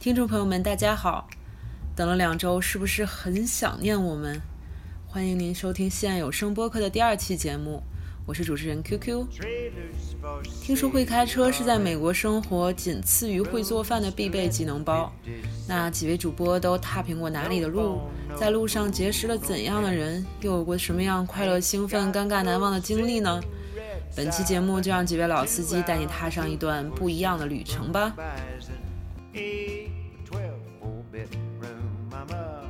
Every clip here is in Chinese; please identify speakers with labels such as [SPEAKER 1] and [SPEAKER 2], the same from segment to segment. [SPEAKER 1] 听众朋友们，大家好！等了两周，是不是很想念我们？欢迎您收听《现有声》播客的第二期节目，我是主持人 QQ。听说会开车是在美国生活仅次于会做饭的必备技能包。那几位主播都踏平过哪里的路？在路上结识了怎样的人？又有过什么样快乐、兴奋、尴尬、难忘的经历呢？本期节目就让几位老司机带你踏上一段不一样的旅程吧。
[SPEAKER 2] Eight, twelve, four bedroom. I'm a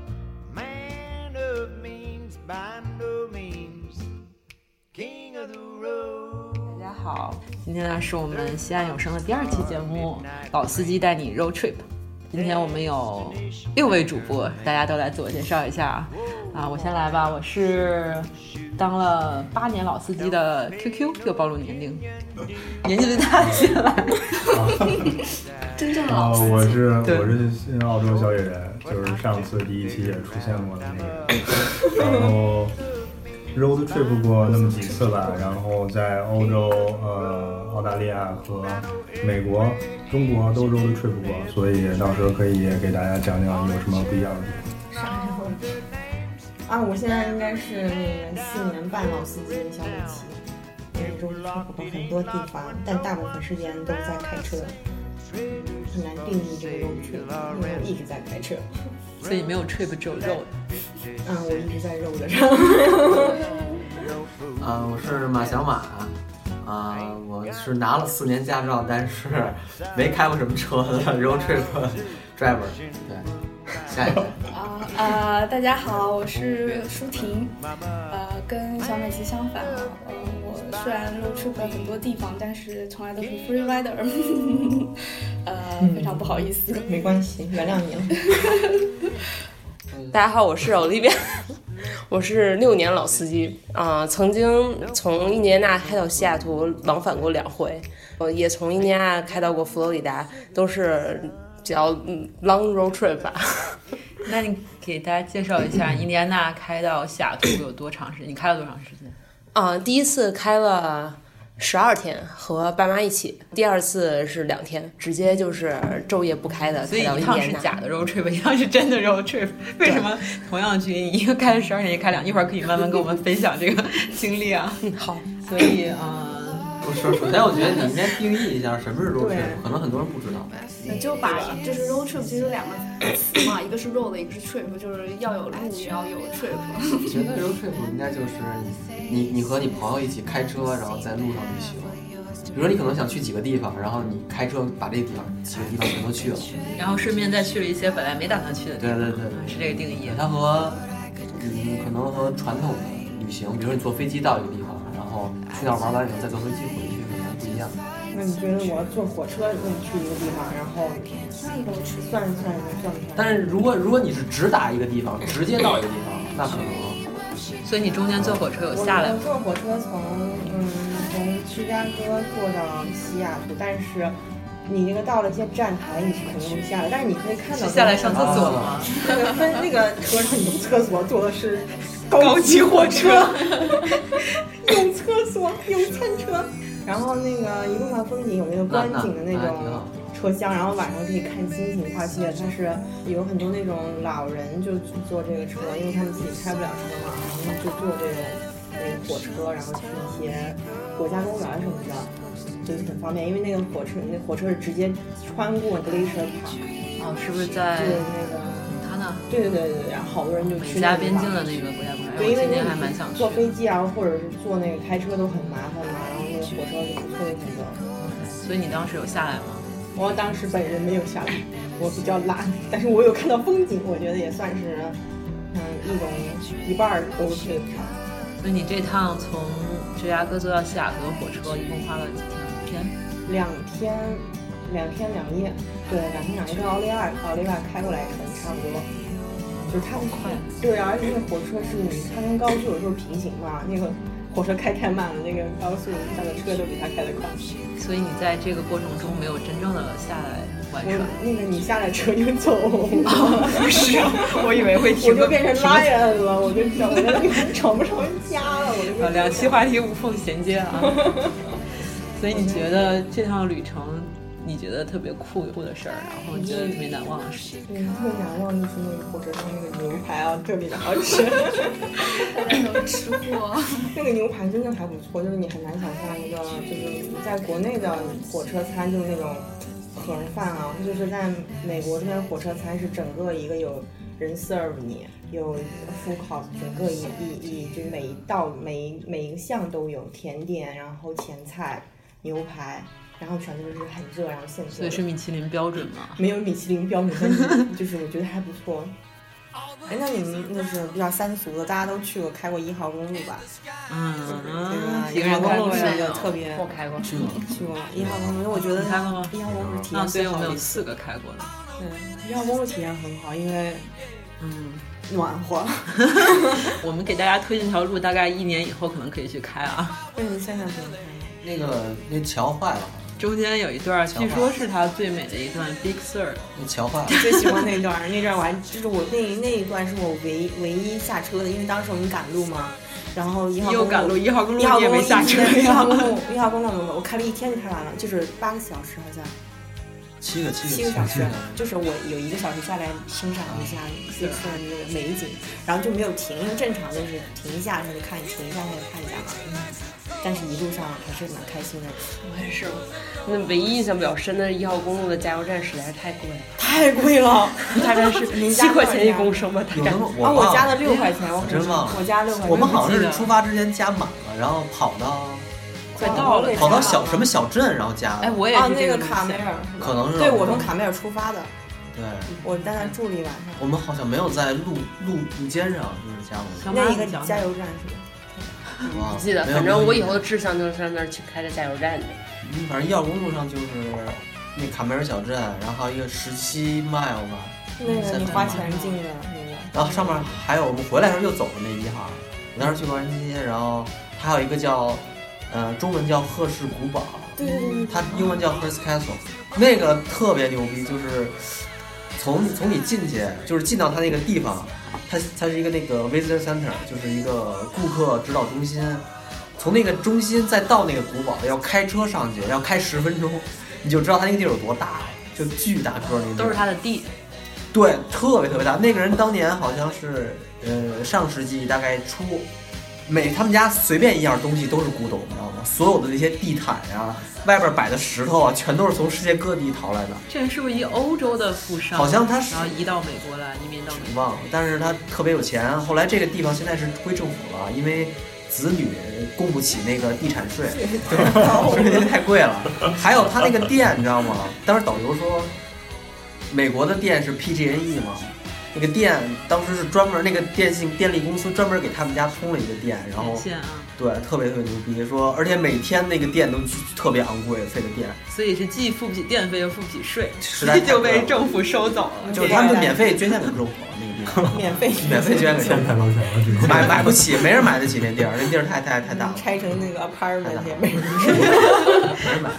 [SPEAKER 2] man of means, by no means, king of the road.
[SPEAKER 1] 大家好，今天呢是我们《西安有声》的第二期节目《老司机带你 Road Trip》。今天我们有六位主播，大家都来自我介绍一下啊。啊，我先来吧，我是当了八年老司机的 QQ，又暴露年龄，年纪最大的进来。
[SPEAKER 3] 真正
[SPEAKER 4] 啊，
[SPEAKER 3] 老
[SPEAKER 5] 哦
[SPEAKER 3] 司
[SPEAKER 4] 我
[SPEAKER 3] 机，
[SPEAKER 4] 是
[SPEAKER 1] 对
[SPEAKER 4] 我是新澳洲小野人，就是上次第一期也出现过的那个人，然后 road trip 过那么几次吧，然后在欧洲、呃澳大利亚和美国、中国都 road trip 过，所以到时候可以给大家讲讲有什么不一样的地方。
[SPEAKER 3] 啥时候？啊，我现在应该是那个四年半老司机小米奇，每周去过很多地方，但大部分时间都在开车，很难定义这个 road trip，因为我一直在开车。
[SPEAKER 1] 所以没有 trip，只有 road。
[SPEAKER 3] 嗯，我一直在 road 上。
[SPEAKER 6] 啊，我是马小马，啊、我是拿了四年驾照，但 是没开过什么车的 road trip driver。对，哎 下一个，
[SPEAKER 5] 啊啊！大家好，我是舒婷，呃，跟小美琪相反啊，呃，我虽然 road trip 了很多地方，但是从来都是 free rider，呃， 非常不好意思。
[SPEAKER 3] 没关系，原谅你了。
[SPEAKER 7] 大家好，我是 Olivia，我是六年老司机啊、曾经从印第安纳开到西雅图往返过两回，我也从印第安纳开到过佛罗里达，都是比较嗯 long road trip 吧。
[SPEAKER 1] 那你给大家介绍一下，印第安纳开到西雅图有多长时间？你开了多长时间？
[SPEAKER 7] 啊、第一次开了十二天，和爸妈一起；第二次是两天，直接就是昼夜不开的
[SPEAKER 1] 所以
[SPEAKER 7] 开到
[SPEAKER 1] 一
[SPEAKER 7] 印
[SPEAKER 1] 趟
[SPEAKER 7] 第
[SPEAKER 1] 是
[SPEAKER 7] 安
[SPEAKER 1] 假
[SPEAKER 7] 纳。
[SPEAKER 1] 的 road trip，一趟是真的 road trip。为什么同样的距离，一个开了十二年，一个开两？一会儿可以慢慢跟我们分享这个经历啊。
[SPEAKER 7] 嗯，好，
[SPEAKER 1] 所以，嗯，
[SPEAKER 6] 我首首先我觉得你应该定义一下什么是 road
[SPEAKER 3] 对
[SPEAKER 6] trip，可能很多人不知道。
[SPEAKER 5] 就把就是 road trip 其实有两个词嘛，一个是 road，一个是 trip，就是要有路，也要有 trip。
[SPEAKER 6] 我觉得 road trip 应该就是你你和你朋友一起开车，然后在路上旅行。比如说你可能想去几个地方，然后你开车把这地方几个地方全都去了。
[SPEAKER 1] 然后顺便再去了一些本来没打算去的地方，
[SPEAKER 6] 对对对
[SPEAKER 1] 嗯是这个定义。
[SPEAKER 6] 它和嗯，可能和传统的旅行，比如说你坐飞机到一个地方，然后去那儿玩完以后再坐飞机回去，可能不一样。
[SPEAKER 3] 那你觉得我要坐火车跟你去一个地方，然后算是算是算是，
[SPEAKER 6] 但是如果如果你是直达一个地方，直接到一个地方，那可
[SPEAKER 3] 嗯
[SPEAKER 6] 能
[SPEAKER 1] 所以你中间坐火车有
[SPEAKER 3] 我
[SPEAKER 1] 下来
[SPEAKER 3] 我
[SPEAKER 1] 吗？
[SPEAKER 3] 坐火车从嗯从芝加哥坐到西雅图，但是你那个到了一些站台，你是肯定不下来，但是你可以看到
[SPEAKER 1] 是下来上厕
[SPEAKER 6] 啊
[SPEAKER 1] 所了吗？
[SPEAKER 3] 那个分那个车上有厕所，坐的是
[SPEAKER 1] 高级火车，
[SPEAKER 3] 有厕所有餐车，然后那个一路上风景有那个
[SPEAKER 6] 那
[SPEAKER 3] 观
[SPEAKER 6] 那
[SPEAKER 3] 景的
[SPEAKER 6] 那还
[SPEAKER 3] 种
[SPEAKER 6] 挺好。
[SPEAKER 3] 车厢，然后晚上可以看星星。而且它是有很多那种老人就坐这个车，因为他们自己开不了车嘛，然后就坐这个那个火车，然后去一些国家公园什么的，就是很方便。因为那个火车，那火车是直接穿过 Glacier Park，
[SPEAKER 1] 哦，是不是在
[SPEAKER 3] 就是那个，
[SPEAKER 1] 他那
[SPEAKER 3] 对对对对，然后好多人就去
[SPEAKER 1] 美加
[SPEAKER 3] 那个地
[SPEAKER 1] 边
[SPEAKER 3] 方
[SPEAKER 1] 境的那个国家公园？
[SPEAKER 3] 对，因
[SPEAKER 1] 我
[SPEAKER 3] 为
[SPEAKER 1] 今
[SPEAKER 3] 那
[SPEAKER 1] 天
[SPEAKER 3] 个
[SPEAKER 1] 还蛮想去
[SPEAKER 3] 坐飞
[SPEAKER 1] 的。
[SPEAKER 3] 机啊，或者是坐那个开车都很麻烦嘛，然后那个火车就不推很多。
[SPEAKER 1] 所以你当时有下来吗？
[SPEAKER 3] 我当时本人没有下来，我比较懒，但是我有看到风景，我觉得也算是，嗯，一种一半儿都是
[SPEAKER 1] 所以你这趟从芝加哥坐到西雅图的火车，一共花了几天？五天？
[SPEAKER 3] 两天，两天两夜，对，两天两夜跟奥利亚奥利亚开过来可能差不多。就是它们快，对，而且那个火车是你，它跟高速有时候平行嘛，那个火车开太慢了，那个高速上的车都比它开得快。
[SPEAKER 1] 所以你在这个过程中没有真正的下来玩耍
[SPEAKER 3] 我。那个你下来车就走，
[SPEAKER 1] 不是啊，我以为会
[SPEAKER 3] 我
[SPEAKER 1] 停
[SPEAKER 3] 就变成
[SPEAKER 1] 停
[SPEAKER 3] lion 了，我就找我 就找不着家了，我就变
[SPEAKER 1] 啊，
[SPEAKER 3] 成
[SPEAKER 1] 两 期话题无缝衔接啊。所以你觉得这趟旅程，你觉得特别酷酷的事儿，然后你觉得特别难忘的事情？
[SPEAKER 3] 对，嗯特别难忘就是那个火车上那个牛排啊，特别的好吃。
[SPEAKER 5] 有吃过，
[SPEAKER 3] 那个牛排真的还不错，就是你很难想象一个，就是你在国内的火车餐就是那种盒饭啊，就是在美国这边火车餐是整个一个有人 serve 你，有 food court，整个一一一就是每一道每一每一个项都有甜点，然后前菜、牛排，然后全都是很热，然后现做
[SPEAKER 1] 所以是
[SPEAKER 3] 的。
[SPEAKER 1] 米其林标准嘛？
[SPEAKER 3] 没有米其林标准，但是 就是我觉得还不错。哎，那你们就是比较三俗的，大家都去过开过一号公路吧？对吧
[SPEAKER 1] 嗯，？
[SPEAKER 3] 一
[SPEAKER 1] 行，人
[SPEAKER 3] 号公
[SPEAKER 1] 看
[SPEAKER 3] 路
[SPEAKER 1] 过
[SPEAKER 3] 是一
[SPEAKER 1] 没
[SPEAKER 3] 个
[SPEAKER 1] 有？嗯
[SPEAKER 3] 特别
[SPEAKER 7] 我开过，
[SPEAKER 6] 去吗？
[SPEAKER 3] 去过一号公路，因为我觉得
[SPEAKER 1] 你开过吗
[SPEAKER 3] 一号公路体
[SPEAKER 1] 啊，
[SPEAKER 3] 验
[SPEAKER 1] 所以
[SPEAKER 3] 最
[SPEAKER 1] 我
[SPEAKER 3] 好
[SPEAKER 1] 们
[SPEAKER 3] 的
[SPEAKER 1] 有
[SPEAKER 3] 一次。
[SPEAKER 1] 四个开过的。
[SPEAKER 3] 嗯，一号公路体验很好，因为
[SPEAKER 1] 嗯，
[SPEAKER 3] 暖和。
[SPEAKER 1] 我们给大家推荐条路，大概一年以后可能可以去开啊。
[SPEAKER 3] 为什么现在不能开？
[SPEAKER 6] 那个那桥坏了，
[SPEAKER 1] 中间有一段，
[SPEAKER 6] 小马
[SPEAKER 1] 据说是它最美的一段 Big Sur，
[SPEAKER 6] 那桥坏了。
[SPEAKER 3] 最喜欢那段儿，那段儿我还就是我那那一段是我唯唯一下车的，因为当时我们赶路嘛，然后一号
[SPEAKER 1] 又
[SPEAKER 3] 公
[SPEAKER 1] 赶路，一号公
[SPEAKER 3] 一
[SPEAKER 1] 路
[SPEAKER 3] 号
[SPEAKER 1] 你也
[SPEAKER 3] 公路
[SPEAKER 1] 没下车
[SPEAKER 3] 一号 公
[SPEAKER 1] 呀？
[SPEAKER 3] 路一号公路我我开了一天就开完了，就是八个小时好像。
[SPEAKER 6] 七个七个
[SPEAKER 3] 七个小时
[SPEAKER 6] 个，
[SPEAKER 3] 就是我有一个小时下来欣赏一下
[SPEAKER 6] 嗯
[SPEAKER 3] 四川的那个美景，然后就没有停，因为正常就是停一下他就看，停一下他就看一下嘛。嗯但是一路上还是蛮开心的，
[SPEAKER 7] 我也是。那唯一印象比较深的是一号公路的加油站实在是太贵了，
[SPEAKER 3] 太贵了，
[SPEAKER 7] 大概
[SPEAKER 3] 您
[SPEAKER 7] 是
[SPEAKER 3] 家
[SPEAKER 7] 七块钱一
[SPEAKER 3] 多少
[SPEAKER 7] 公升吧，大
[SPEAKER 6] 有
[SPEAKER 7] 概
[SPEAKER 6] 那。么
[SPEAKER 3] 啊！我
[SPEAKER 6] 忘
[SPEAKER 3] 加了六块钱，我
[SPEAKER 6] 我真忘了
[SPEAKER 3] 我加了六块钱，
[SPEAKER 6] 我们好像
[SPEAKER 1] 记
[SPEAKER 6] 是
[SPEAKER 1] 得
[SPEAKER 6] 出发之前加满了，然后跑到
[SPEAKER 1] 快到了
[SPEAKER 3] 对
[SPEAKER 6] 跑
[SPEAKER 3] 加
[SPEAKER 6] 到小
[SPEAKER 3] 了
[SPEAKER 6] 什么嗯小镇，然后加
[SPEAKER 1] 哎，
[SPEAKER 6] 的。
[SPEAKER 1] 我也
[SPEAKER 3] 啊
[SPEAKER 1] 是
[SPEAKER 3] 那
[SPEAKER 1] 这
[SPEAKER 3] 个
[SPEAKER 1] 路
[SPEAKER 3] 卡梅
[SPEAKER 1] 线
[SPEAKER 3] 尔，
[SPEAKER 6] 可能是
[SPEAKER 3] 对我从卡梅尔出发的，
[SPEAKER 6] 对，
[SPEAKER 3] 我在那儿住了一晚上。
[SPEAKER 6] 我们好像没有在路路路肩上就是加过，
[SPEAKER 1] 小马
[SPEAKER 3] 那一个
[SPEAKER 1] 你讲
[SPEAKER 3] 加油站是吧？
[SPEAKER 6] 我
[SPEAKER 7] 嗯记得，
[SPEAKER 6] 没有
[SPEAKER 7] 反正我以后
[SPEAKER 6] 没有
[SPEAKER 7] 的志向就是上那儿去开个加油站去。
[SPEAKER 6] 嗯反正一号公路上就是那卡梅尔小镇，然后还有一个十七 mile 吧，
[SPEAKER 3] 那个
[SPEAKER 6] 在
[SPEAKER 3] 你
[SPEAKER 6] 那
[SPEAKER 3] 花
[SPEAKER 6] 儿
[SPEAKER 3] 钱进的那个，
[SPEAKER 6] 然后上面还有我们回来的时候又走了那一号，我当时去过安街，然后还有一个叫，呃，中文叫赫氏古堡，
[SPEAKER 3] 对对对对
[SPEAKER 6] 它英文叫 Hearst Castle，那个特别牛逼，就是从从你进去，就是进到它那个地方，它它是一个那个 visitor center，就是一个顾客指导中心，从那个中心再到那个古堡要开车上去，要开十分钟，你就知道它那个地儿有多大了，就巨大个儿那个地儿。
[SPEAKER 1] 都是他的地，
[SPEAKER 6] 对，特别特别大。那个人当年好像是，呃，上世纪大概初，每他们家随便一样东西都是古董，你知道吗？所有的那些地毯啊，外边摆的石头啊，全都是从世界各地淘来的。
[SPEAKER 1] 这人是不是一欧洲的富商？啊
[SPEAKER 6] 好像他是
[SPEAKER 1] 然后移到美国来，移民到美国。
[SPEAKER 6] 忘了，但是他特别有钱。后来这个地方现在是归政府了，因为子女供不起那个地产税，对，太贵了。还有他那个店，你知道吗？当时导游说，美国的店是 PG&E E 嘛，那个店当时是专门那个电信电力公司专门给他们家通了一个店，
[SPEAKER 1] 连
[SPEAKER 6] 然后
[SPEAKER 1] 线啊，
[SPEAKER 6] 对，特别特别牛逼，说而且每天那个店都特别昂贵，费的电，
[SPEAKER 1] 所以是既付不起电费又付不起税，
[SPEAKER 6] 实 在太
[SPEAKER 1] 就
[SPEAKER 6] 贵
[SPEAKER 1] 被
[SPEAKER 6] 了
[SPEAKER 1] 政府收走了。
[SPEAKER 6] 就是他们就免费捐献给政府那个地 方，
[SPEAKER 3] 免费
[SPEAKER 6] 免费捐给政
[SPEAKER 4] 欠
[SPEAKER 6] 府。
[SPEAKER 4] 太多钱了，这个
[SPEAKER 6] 买买不起，没人买得起那地儿，那地儿太太太大了，
[SPEAKER 3] 拆成那个 apartment 也没人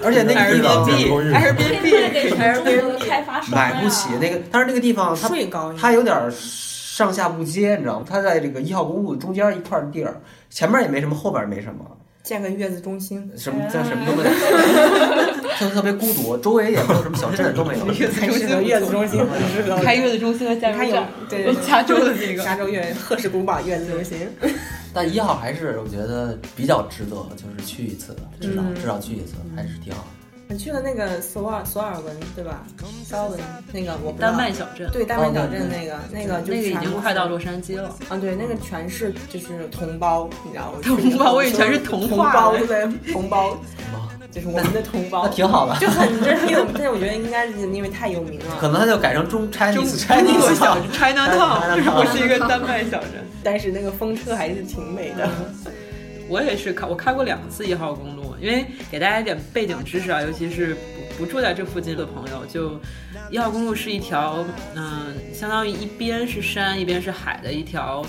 [SPEAKER 6] 而且那个地方
[SPEAKER 1] Airbnb
[SPEAKER 4] 公寓
[SPEAKER 1] 还是别
[SPEAKER 5] 现在给全国的开发商啊
[SPEAKER 6] 买不起，那个，但是那个地方它
[SPEAKER 3] 税高一点
[SPEAKER 6] 它有点儿上下不接，你知道吗？它在这个一号公路中间一块地儿，前面也没什么，后边也没什么，
[SPEAKER 3] 建个月子中心，
[SPEAKER 6] 什么在什么都没有， 特特别孤独，周围也没有什么小镇都没有，
[SPEAKER 3] 还是个 月子中心，很适合我
[SPEAKER 1] 开月子中心和加
[SPEAKER 3] 它
[SPEAKER 1] 油
[SPEAKER 3] 有
[SPEAKER 1] 站，
[SPEAKER 3] 对啊对
[SPEAKER 1] 加州的那个
[SPEAKER 3] 加州月赫氏古堡月子中心，
[SPEAKER 6] 但一号还是我觉得比较值得，就是去一次的，至少至少去一次还是挺好的。
[SPEAKER 3] 你去了那个索尔索尔文对吧？高文那个我不知道
[SPEAKER 1] 丹麦小镇，
[SPEAKER 3] 对丹麦小镇那个那个就
[SPEAKER 1] 那个已
[SPEAKER 3] 全部
[SPEAKER 1] 经
[SPEAKER 3] 是
[SPEAKER 1] 快到洛杉矶了。
[SPEAKER 3] 啊，对，那个全是就是同胞，你知道吗？
[SPEAKER 1] 同胞我以为全是
[SPEAKER 3] 同
[SPEAKER 1] 童
[SPEAKER 3] 胞，
[SPEAKER 1] 话
[SPEAKER 3] 对对，同胞
[SPEAKER 6] 胞，
[SPEAKER 3] 就是我们的同胞
[SPEAKER 6] 那，嗯哦挺好的，
[SPEAKER 3] 就很这很有，但是我觉得应该是因为太有名了，
[SPEAKER 6] 可能它就改成中 Chinese
[SPEAKER 1] 中
[SPEAKER 6] Chinese
[SPEAKER 1] 国小
[SPEAKER 6] 小
[SPEAKER 1] 镇 China Town，这
[SPEAKER 6] Chinatown
[SPEAKER 1] 不是一个丹麦小镇。
[SPEAKER 3] 但是那个风车还是挺美的。
[SPEAKER 1] 我也是开，我开过两次一号公路，因为给大家一点背景知识啊，尤其是不不住在这附近的朋友，就一号公路是一条，嗯、相当于一边是山一边是海的一条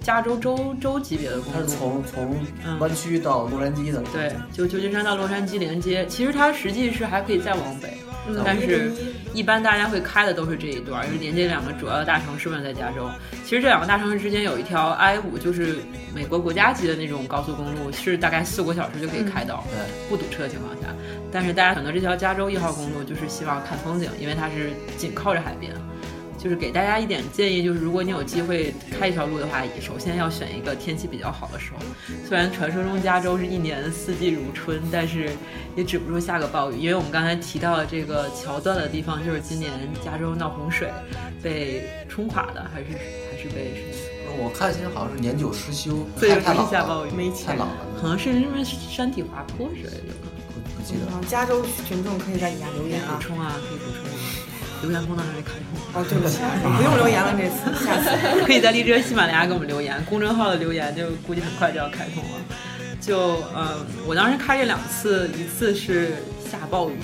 [SPEAKER 1] 加州州州级别的公
[SPEAKER 6] 它是
[SPEAKER 1] 路。
[SPEAKER 6] 从从
[SPEAKER 1] 嗯
[SPEAKER 6] 湾区到洛杉矶的，
[SPEAKER 1] 对，就旧金山到洛杉矶连接，其实它实际是还可以再往北，嗯但
[SPEAKER 3] 嗯
[SPEAKER 1] 是一般大家会开的都是这一段，因为连接两个主要的大城市嘛，在加州。其实这两个大城市之间有一条 I 五，就是美国国家级的那种高速公路，是大概四五个小时就可以开到，
[SPEAKER 6] 对。
[SPEAKER 1] 不堵车的情况下。但是大家选择这条加州一号公路，就是希望看风景，因为它是紧靠着海边。就是给大家一点建议，就是如果你有机会开一条路的话，首先要选一个天气比较好的时候。虽然传说中加州是一年四季如春，但是也止不住下个暴雨。因为我们刚才提到的这个桥段的地方，就是今年加州闹洪水被冲垮的，还是还是被
[SPEAKER 6] 我看现在好像是年久失修，
[SPEAKER 1] 所以
[SPEAKER 6] 太
[SPEAKER 1] 就是
[SPEAKER 6] 太老
[SPEAKER 1] 下暴
[SPEAKER 6] 了，
[SPEAKER 1] 雨，嗯
[SPEAKER 6] 太老了，
[SPEAKER 1] 好像是因为山体滑坡之类的。
[SPEAKER 6] 不不记得
[SPEAKER 3] 然
[SPEAKER 6] 了。
[SPEAKER 3] 后嗯加州群众可以在底下留言
[SPEAKER 1] 补
[SPEAKER 3] 啊。
[SPEAKER 1] 充啊，可以补充啊，留言功能还没开通。
[SPEAKER 3] 哦，对不起，不用留言了，这次下次。
[SPEAKER 1] 可以在荔枝和喜马拉雅给我们留言，公众号的留言就估计很快就要开通了。就嗯，我当时开这两次，一次是下暴雨，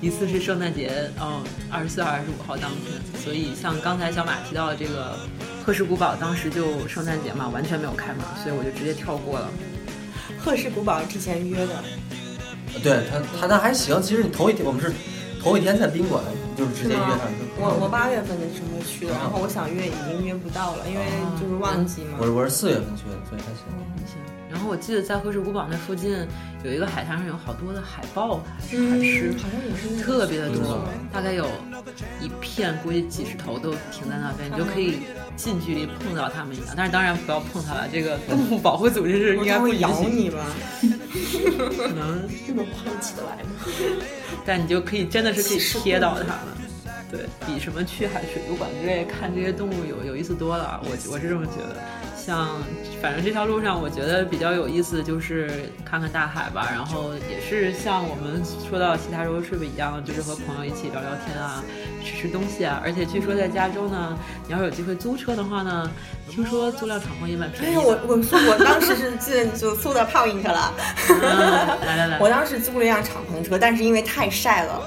[SPEAKER 1] 一次是圣诞节，嗯，二十四号、二十五号当天。所以像刚才小马提到的这个赫氏古堡，当时就圣诞节嘛，完全没有开门，所以我就直接跳过了。
[SPEAKER 3] 赫氏古堡之前约的，
[SPEAKER 6] 对他他那还行，其实你头一天我们是头一天在宾馆，就是直
[SPEAKER 3] 是
[SPEAKER 6] 接约
[SPEAKER 3] 吗
[SPEAKER 6] 上。
[SPEAKER 3] 我我八月份的时候去的，然后我想约已经约不到了，因为就是旺季嘛
[SPEAKER 6] 我。是我是四月份去的，所以还行。
[SPEAKER 1] 行然后我记得在赫氏古堡那附近有一个海滩上有好多的海豹还是海狮，
[SPEAKER 3] 好像也是那
[SPEAKER 1] 嗯
[SPEAKER 3] 个
[SPEAKER 1] 特别的
[SPEAKER 6] 不知道
[SPEAKER 1] 多，大概有一片，估计几十头都停在那边，你就可以近距离碰到它们一样。但是当然不要碰它了，这个动物保护组织是应
[SPEAKER 3] 应
[SPEAKER 1] 该
[SPEAKER 3] 该
[SPEAKER 1] 不
[SPEAKER 3] 会
[SPEAKER 1] 允
[SPEAKER 3] 咬
[SPEAKER 1] 许
[SPEAKER 3] 你吧？
[SPEAKER 1] 可能，
[SPEAKER 8] 这种胖起得来吗？
[SPEAKER 1] 但你就可以真的是可以贴到它们。对比什么去海水族馆之类看这些动物有有意思多了，啊我我是这么觉得。像反正这条路上，我觉得比较有意思的就是看看大海吧，然后也是像我们说到其他 road trip 一样，就是和朋友一起聊聊天啊，吃吃东西啊。而且据说在加州呢，你要是有机会租车的话呢，听说租辆敞篷也蛮
[SPEAKER 3] 哎
[SPEAKER 1] 便宜
[SPEAKER 3] 呀，
[SPEAKER 1] 的。
[SPEAKER 3] 我我说我当时是记得就搜到泡 ink 了，
[SPEAKER 1] 嗯来来来，
[SPEAKER 3] 我当时租了一辆敞篷车，但是因为太晒了，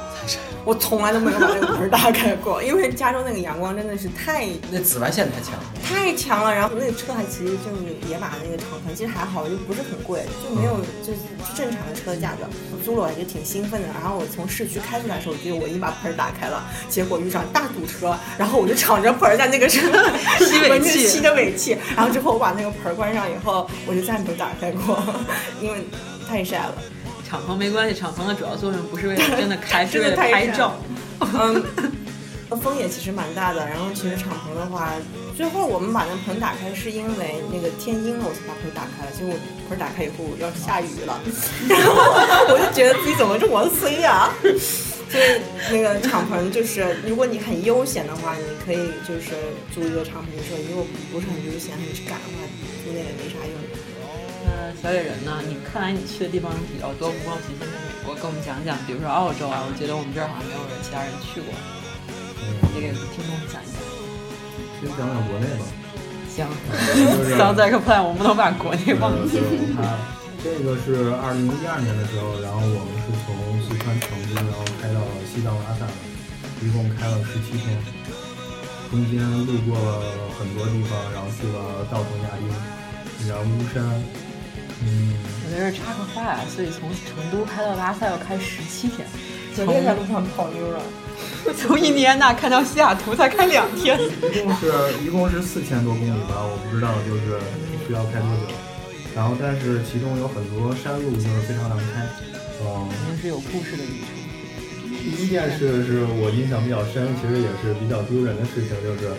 [SPEAKER 3] 我从来都没有把这个门打开过，因为加州那个阳光真的是太
[SPEAKER 6] 那紫外线太强了，
[SPEAKER 3] 太强了，然后那个车还其实就是也把那个敞篷，其实还好，就不是很贵，就没有
[SPEAKER 1] 嗯
[SPEAKER 3] 就是正常的车的价格。我租了我还就挺兴奋的，然后我从市区开出来的时候，我觉得我已经把盆儿打开了，结果遇上大堵车，然后我就敞着盆儿在那个车
[SPEAKER 1] 吸尾 气
[SPEAKER 3] 闻着吸着尾气，然后之后我把那个盆儿关上以后，我就再也没有打开过，因为太晒了。
[SPEAKER 1] 敞篷没关系，敞篷的主要作用不是为了真的 开，是为了
[SPEAKER 3] 真的太
[SPEAKER 1] 拍
[SPEAKER 3] 远
[SPEAKER 1] 照。
[SPEAKER 3] 嗯， 风也其实蛮大的。然后其实敞篷的话，最后我们把那盆打开，是因为那个天阴了，我才把盆打开了。结果盆打开以后要下雨了， 然后我就觉得自己怎么这么衰呀、啊 所以那个敞篷就是，如果你很悠闲的话，你可以就是租一个敞篷车；如果不是很悠闲、很赶的话，租那个也没啥用。嗯
[SPEAKER 1] 那小野人呢？你看来你去的地方比较多，不光局限在美国，跟我们讲讲，比如说澳洲啊，我觉得我们这儿好像没有人其他人去过，也给听众讲一讲。
[SPEAKER 4] 先讲讲国内吧。
[SPEAKER 1] 行
[SPEAKER 4] 就是
[SPEAKER 1] ，Sounds like a plan，我们不能把国内忘记。
[SPEAKER 4] 对，我怕这个是二零一二年的时候，然后我们是从四川成都，然后开到西藏拉萨，一共开了十七天，中间路过了很多地方，然后去了稻城亚丁，然后巫山，嗯，
[SPEAKER 1] 我在这儿插个话啊，所以从成都开到拉萨要开十七天，
[SPEAKER 3] 昨
[SPEAKER 1] 从
[SPEAKER 3] 天在路上泡妞了，
[SPEAKER 1] 从印第安纳开到西雅图才开两天。
[SPEAKER 4] 一共是一共是四千多公里吧，我不知道就是需要开多久，然后但是其中有很多山路就是非常难开，嗯。
[SPEAKER 1] 肯定是有故事的旅程。
[SPEAKER 4] 第一件事是我印象比较深，其实也是比较丢人的事情，就是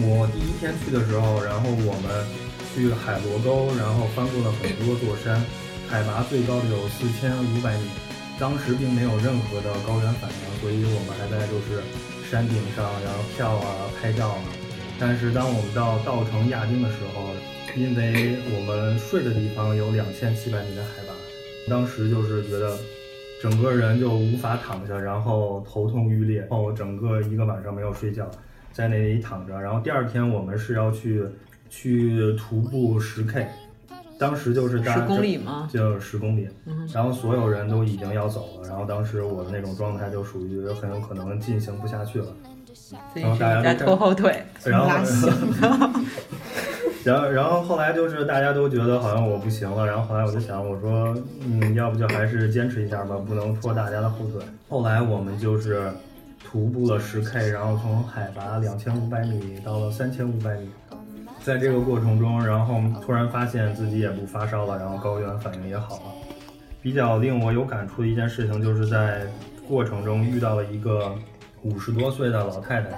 [SPEAKER 4] 我第一天去的时候，然后我们去海螺沟，然后翻过了很多座山，海拔最高的有四千五百米，当时并没有任何的高原反应，所以我们还在就是山顶上，然后跳啊、拍照啊。但是当我们到稻城亚丁的时候，因为我们睡的地方有两千七百米的海拔，当时就是觉得整个人就无法躺下，然后头痛欲裂，然后整个一个晚上没有睡觉，在那里躺着。然后第二天我们是要去去徒步十 K，当时就是大
[SPEAKER 1] 十公里吗
[SPEAKER 4] 就是十公里。然后所有人都已经要走了，然后当时我的那种状态就属于很有可能进行不下去了。
[SPEAKER 1] 所以
[SPEAKER 4] 然后
[SPEAKER 1] 是
[SPEAKER 4] 大家
[SPEAKER 1] 你在
[SPEAKER 4] 都
[SPEAKER 1] 拖后腿，
[SPEAKER 4] 然后
[SPEAKER 3] 拉稀，
[SPEAKER 4] 然后然后后来就是大家都觉得好像我不行了，然后后来我就想，我说，嗯，要不就还是坚持一下吧，不能拖大家的后腿。后来我们就是徒步了十 K，然后从海拔两千五百米到了三千五百米。在这个过程中，然后突然发现自己也不发烧了，然后高原反应也好了，比较令我有感触的一件事情，就是在过程中遇到了一个五十多岁的老太太，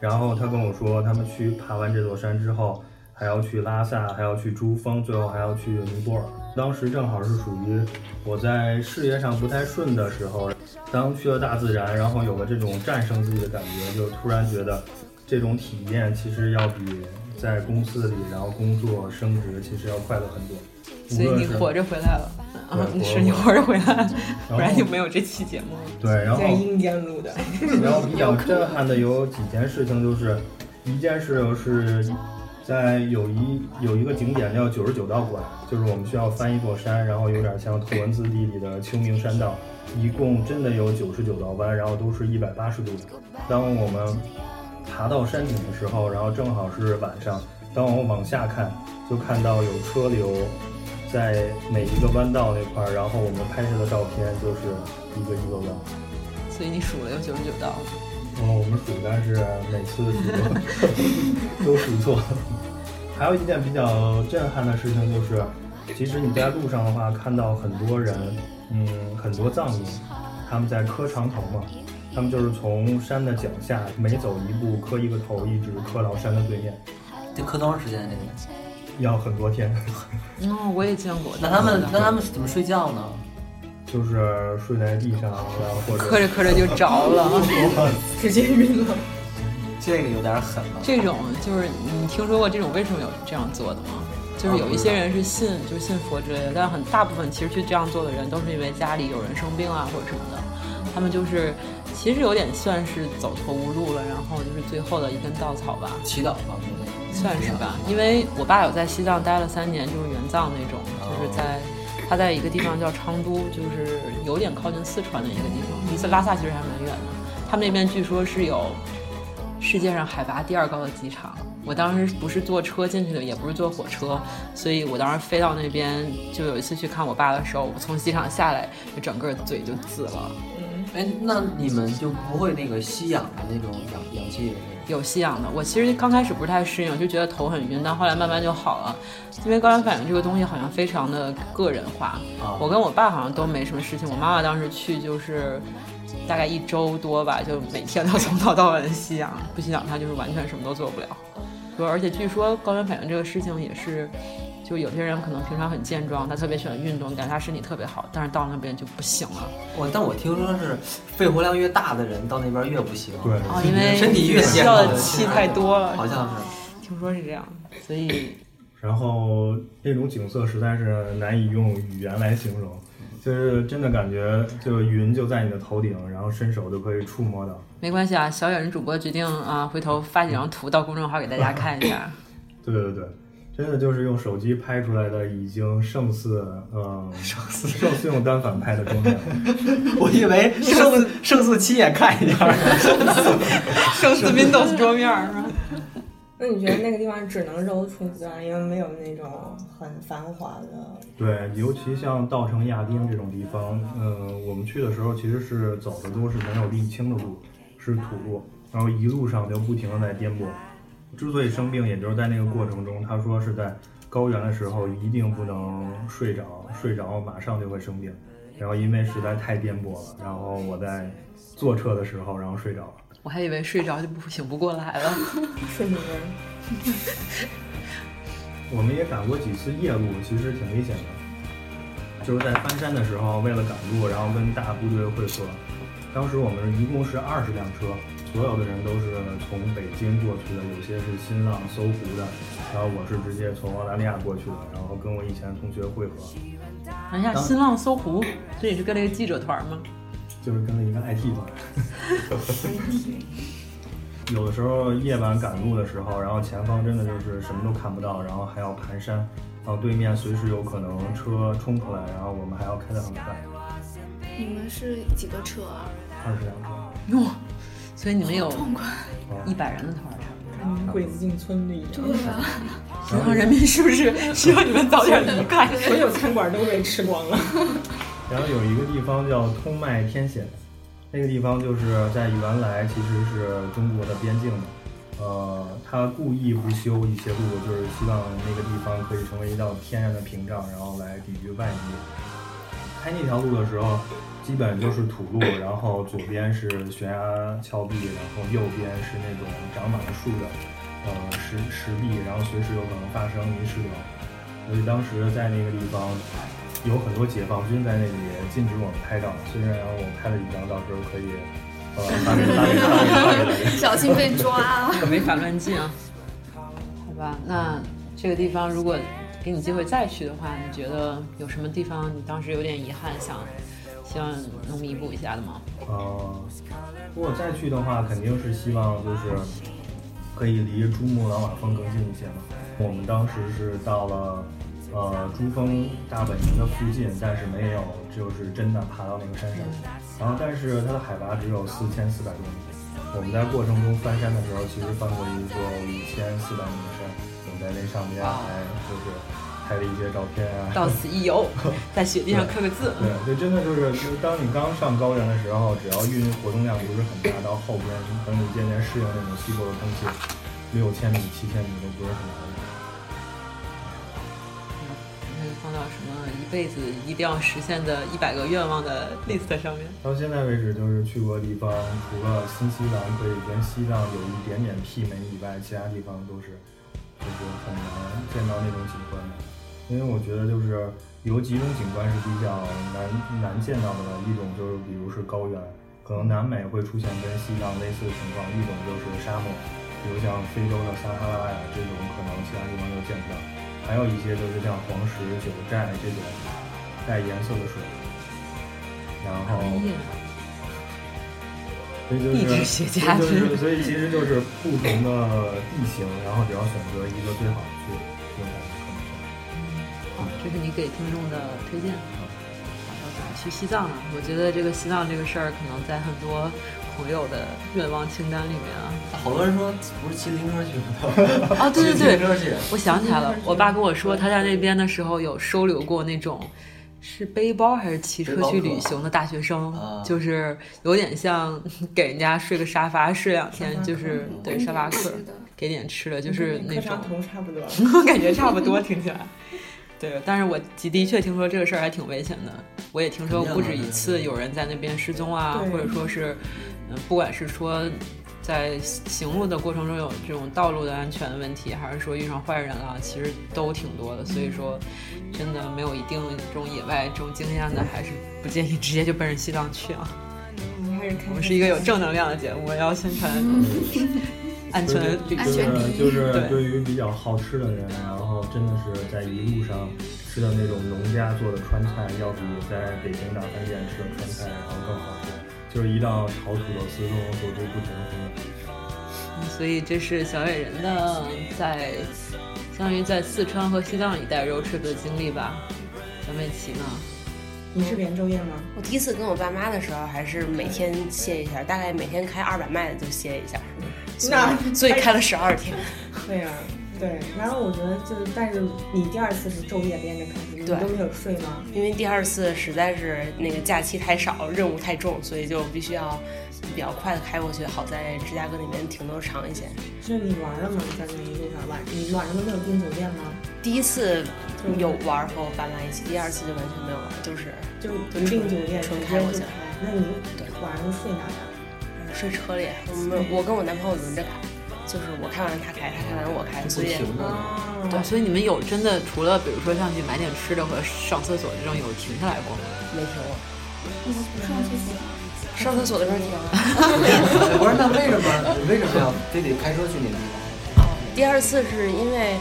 [SPEAKER 4] 然后她跟我说，他们去爬完这座山之后，还要去拉萨，还要去珠峰，最后还要去尼泊尔。当时正好是属于我在事业上不太顺的时候，当去了大自然，然后有了这种战胜自己的感觉，就突然觉得这种体验其实要比在公司里然后工作升职其实要快乐很多。
[SPEAKER 1] 所以你活着回来了
[SPEAKER 4] 对
[SPEAKER 1] 啊
[SPEAKER 4] 活！着
[SPEAKER 1] 你
[SPEAKER 4] 回
[SPEAKER 1] 是
[SPEAKER 4] 来
[SPEAKER 1] 你活着回来了，
[SPEAKER 4] 后
[SPEAKER 1] 不然就没有这期节目了。
[SPEAKER 4] 对，然后
[SPEAKER 3] 在阴间录的，
[SPEAKER 4] 然后比较震撼的有几件事情，就是一件事情是在有一有一个景点叫九十九道馆，就是我们需要翻一座山，然后有点像图文字 D 里的秋名山道，一共真的有九十九道弯，然后都是一百八十度的。当我们爬到山顶的时候，然后正好是晚上，当我往下看，就看到有车流在每一个弯道那块儿，然后我们拍摄的照片就是一个一个弯。
[SPEAKER 1] 所以你数了有九十九道，
[SPEAKER 4] 然后我们数，但是每次 数都数错。还有一件比较震撼的事情就是，其实你在路上的话，看到很多人，嗯，很多藏民，他们在磕长头嘛，他们就是从山的脚下每走一步磕一个头，一直磕到山的对面，
[SPEAKER 6] 得磕多长时间这个？
[SPEAKER 4] 要很多天，
[SPEAKER 1] 哦，我也见过。
[SPEAKER 6] 那他们
[SPEAKER 1] 当
[SPEAKER 6] 那
[SPEAKER 1] 然
[SPEAKER 6] 他们怎么睡觉呢？
[SPEAKER 4] 就是睡在地上，然后或
[SPEAKER 1] 磕着
[SPEAKER 4] 者
[SPEAKER 1] 磕着就着了。
[SPEAKER 3] 直接晕了。
[SPEAKER 6] 这个有点狠了。
[SPEAKER 1] 这种就是你听说过这种为什么有这样做的吗？就是有一些人是信，就是信佛之类的，但很大部分其实去这样做的人都是因为家里有人生病啊或者什么的，他们就是其实有点算是走投无路了，然后就是最后的一根稻草吧，
[SPEAKER 6] 祈祷吧，对不对
[SPEAKER 1] 算是吧。因为我爸有在西藏待了三年，就是援藏那种，就是在他在一个地方叫昌都，就是有点靠近四川的一个地方，离拉萨其实还蛮远的。他们那边据说是有世界上海拔第二高的机场。我当时不是坐车进去的，也不是坐火车，所以我当时飞到那边，就有一次去看我爸的时候，我从机场下来，就整个嘴就紫了。
[SPEAKER 6] 哎，那你们就不会那个吸氧的那种氧氧气的那
[SPEAKER 1] 有吸氧的。我其实刚开始不太适应，就觉得头很晕，但后来慢慢就好了。因为高原反应这个东西好像非常的个人化，
[SPEAKER 6] 啊
[SPEAKER 1] 我跟我爸好像都没什么事情。我妈妈当时去就是大概一周多吧，就每天都 从早到晚地吸氧，不吸氧她就是完全什么都做不了。对，而且据说高原反应这个事情也是。就有些人可能平常很健壮，他特别喜欢运动，感觉他身体特别好，但是到那边就不行了
[SPEAKER 6] 个。我但我听说是肺活量越大的人到那边越不行。
[SPEAKER 4] 对，
[SPEAKER 1] 啊，因为
[SPEAKER 6] 身体越
[SPEAKER 1] 需
[SPEAKER 6] 健
[SPEAKER 1] 要
[SPEAKER 6] 康
[SPEAKER 1] 的气太多了，
[SPEAKER 6] 好像是。
[SPEAKER 1] 听说是这样，所以
[SPEAKER 4] 然后那种景色实在是难以用语言来形容，就是真的感觉就云就在你的头顶，然后伸手就可以触摸到。
[SPEAKER 1] 没关系啊，小野人主播决定啊，回头发几张图到公众号给大家看一 下。
[SPEAKER 4] 对对对，真的就是用手机拍出来的，已经胜似嗯胜似胜似用单反拍的桌面了。
[SPEAKER 6] 我以为 胜胜似亲眼看一 下。
[SPEAKER 1] 胜似 Windows 桌面儿是吧？
[SPEAKER 3] 那你觉得那个地方只能揉出一段，因为没有那种很繁华的。
[SPEAKER 4] 对，尤其像稻城亚丁这种地方，呃，我们去的时候其实是走的都是没有沥青的路，是土路，然后一路上就不停的在颠簸。之所以生病，也就是在那个过程中，他说是在高原的时候一定不能睡着，睡着马上就会生病。然后因为实在太颠簸了，然后我在坐车的时候，然后睡着了。
[SPEAKER 1] 我还以为睡着就不醒不过来了。
[SPEAKER 3] 睡美人，
[SPEAKER 4] 我们也赶过几次夜路，其实挺危险的。就是在翻山的时候，为了赶路，然后跟大部队会合。当时我们一共是二十辆车，所有的人都是从北京过去的，有些是新浪、搜狐的，然后我是直接从澳大利亚过去的，然后跟我以前同学会合，
[SPEAKER 1] 等一下，新浪、搜狐，这也是跟那个记者团吗？
[SPEAKER 4] 就是跟了一个 IT 团。有的时候夜晚赶路的时候，然后前方真的就是什么都看不到，然后还要盘山，然后对面随时有可能车冲出来，然后我们还要开得很快，
[SPEAKER 5] 你们是几个车啊？
[SPEAKER 4] 二十辆车。
[SPEAKER 1] 哟、所以你们有一
[SPEAKER 4] 啊
[SPEAKER 1] 百人的团儿差
[SPEAKER 3] 嗯，鬼子进村里一样。
[SPEAKER 1] 不多。银行人民是不是 希望你们早点离开？
[SPEAKER 3] 所有餐馆都被吃光了。
[SPEAKER 4] 然后有一个地方叫通麦天险，那个地方就是在原来其实是中国的边境嘛，呃，他故意不修一些路，就是希望那个地方可以成为一道天然的屏障，然后来抵御外敌。开那条路的时候，基本就是土路，然后左边是悬崖峭壁，然后右边是那种长满了树的，呃石石壁，然后随时有可能发生泥石流。所以当时在那个地方，有很多解放军在那里禁止我们拍照，虽然我拍了几张，到时候可以呃发给发给发给发给大家。
[SPEAKER 5] 小心被抓。
[SPEAKER 1] 可没法乱进啊。好吧，那这个地方如果给你机会再去的话，你觉得有什么地方你当时有点遗憾，想希望能弥补一下的吗？
[SPEAKER 4] 呃，如果再去的话，肯定是希望就是可以离珠穆朗玛峰更近一些嘛。我们当时是到了呃珠峰大本营的附近，但是没有就是真的爬到那个山上。然后，但是它的海拔只有四千四百多米。我们在过程中翻山的时候，其实翻过一座五千四百米的山。我们在那上面还就是拍了一些照片啊，
[SPEAKER 1] 到此一游，在雪地上刻个字。
[SPEAKER 4] 对，就真的就是，就是当你刚上高原的时候，只要运活动量不是很大，到后边等你渐渐适应那种西部的空气，六千米、七千米都不是很难。
[SPEAKER 1] 你可以放到什么一辈子一定要实现的一百个愿望的 list 上面。
[SPEAKER 4] 到现在为止，就是去过的地方，除了新西兰可以跟西藏有一点点媲美以外，其他地方都是就是很难见到那种景观的。因为我觉得就是有几种景观是比较难难见到的，一种就是比如是高原，可能南美会出现跟西藏类似的情况；一种就是沙漠，比如像非洲的撒哈拉呀这种，可能其他地方都见不到。还有一些就是像黄石、九寨这种带颜色的水，然后。所以就是
[SPEAKER 1] 地质学家
[SPEAKER 4] 所以就是，所以其实就是不同的地形，然后只要选择一个最好的去用它就可能是。
[SPEAKER 1] 好，这是你给听众的推荐。好想去西藏了，我觉得这个西藏这个事儿，可能在很多朋友的愿望清单里面啊。
[SPEAKER 6] 好多人说不是骑自行 车去的，
[SPEAKER 1] 哦，对对
[SPEAKER 6] 骑自
[SPEAKER 1] 对，
[SPEAKER 6] 行车去。
[SPEAKER 1] 我想起来了，我爸跟我说他在那边的时候有收留过那种。是背包还是骑车去旅行的大学生
[SPEAKER 6] 背包客啊，
[SPEAKER 1] 就是有点像给人家睡个沙发睡两天，就是
[SPEAKER 6] 嗯
[SPEAKER 1] 对沙发客，
[SPEAKER 5] 是的
[SPEAKER 1] 给点吃的，就是那
[SPEAKER 3] 跟磕
[SPEAKER 1] 种
[SPEAKER 3] 长头差不多了。
[SPEAKER 1] 我 感觉差不多，听起来。对，但是我的确听说这个事儿还挺危险的，我也听说不止一次有人在那边失踪啊，
[SPEAKER 3] 对
[SPEAKER 1] 或者说是，嗯、不管是说在行路的过程中有这种道路的安全问题，还是说遇上坏人了，其实都挺多的。所以说，真的没有一定这种野外这种经验的，还是不建议直接就奔着西藏去啊。
[SPEAKER 3] 嗯还是开
[SPEAKER 1] 我们是一个有正能量的节目，要宣传安全旅
[SPEAKER 5] 嗯安
[SPEAKER 4] 就是
[SPEAKER 5] 全第一
[SPEAKER 4] 就是
[SPEAKER 1] 对
[SPEAKER 4] 对于比较好吃的人，然后真的是在一路上吃的那种农家做的川菜，要比在北京大饭店吃的川菜然后更好吃。就是一道炒土豆丝，跟我所出不穷
[SPEAKER 1] 所以这是小野人的在相当于在四川和西藏一带 road trip 的经历吧。小美琪呢？
[SPEAKER 3] 你是连昼夜吗？
[SPEAKER 7] 我第一次跟我爸妈的时候，还是每天歇一下，大概每天开二百迈的就歇一下，
[SPEAKER 3] 那
[SPEAKER 7] 所以开了十二天。
[SPEAKER 3] 对啊，对。然后我觉得就是，但是你第二次是昼夜连着开始，你
[SPEAKER 7] 对
[SPEAKER 3] 都没有睡吗？
[SPEAKER 7] 因为第二次实在是那个假期太少，任务太重，所以就必须要比较快的开过去。好在芝加哥那边停留长一些。
[SPEAKER 3] 那你玩了吗？在那一路上晚，你晚上都没有订酒店吗？
[SPEAKER 7] 第一次有玩儿和我爸妈一起，第二次就完全没有玩儿，就是
[SPEAKER 3] 就
[SPEAKER 7] 就
[SPEAKER 3] 不订酒店，直
[SPEAKER 7] 纯
[SPEAKER 3] 接
[SPEAKER 7] 开过
[SPEAKER 3] 就
[SPEAKER 7] 去
[SPEAKER 3] 开。。那你
[SPEAKER 7] 对
[SPEAKER 3] 晚上睡哪儿呀？
[SPEAKER 7] 睡车里，我们我跟我男朋友轮着开，就是我开完他开，他开完我开，所以
[SPEAKER 6] 停 着呢。
[SPEAKER 3] 啊，
[SPEAKER 1] 对，哦所以你们有真的除了比如说上去买点吃的和上厕所这种有停下来过吗？
[SPEAKER 7] 没停过。
[SPEAKER 5] 你们嗯不啊上厕所？
[SPEAKER 7] 上厕所的时候停了。
[SPEAKER 6] 我说那为什么你为什么要非得开车去那地方？
[SPEAKER 7] 第二次是因为，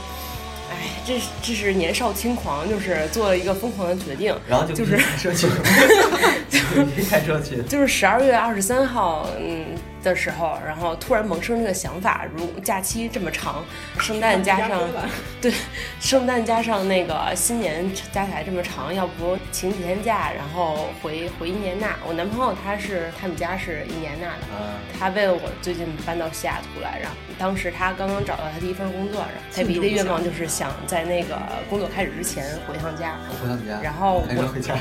[SPEAKER 7] 哎，这是这是年少轻狂，就是做了一个疯狂的决定，
[SPEAKER 6] 然后就
[SPEAKER 7] 就
[SPEAKER 6] 必
[SPEAKER 7] 是
[SPEAKER 6] 须开车去， 必须开车去。
[SPEAKER 7] 就是十二月二十三号，嗯的时候，然后突然萌生这个想法，如假期这么长，圣诞加上对，圣诞加上那个新年加起来这么长，要不请几天假，然后回回印第安纳。我男朋友他是他们家是印第安纳的，
[SPEAKER 6] 啊，
[SPEAKER 7] 他为了我最近搬到西雅图来，然后当时他刚刚找到他第一份工作，然后他唯一的愿望就是想在那个工作开始之前回趟家。
[SPEAKER 2] 啊
[SPEAKER 6] 我回他们家，
[SPEAKER 7] 然后
[SPEAKER 6] 开车回家，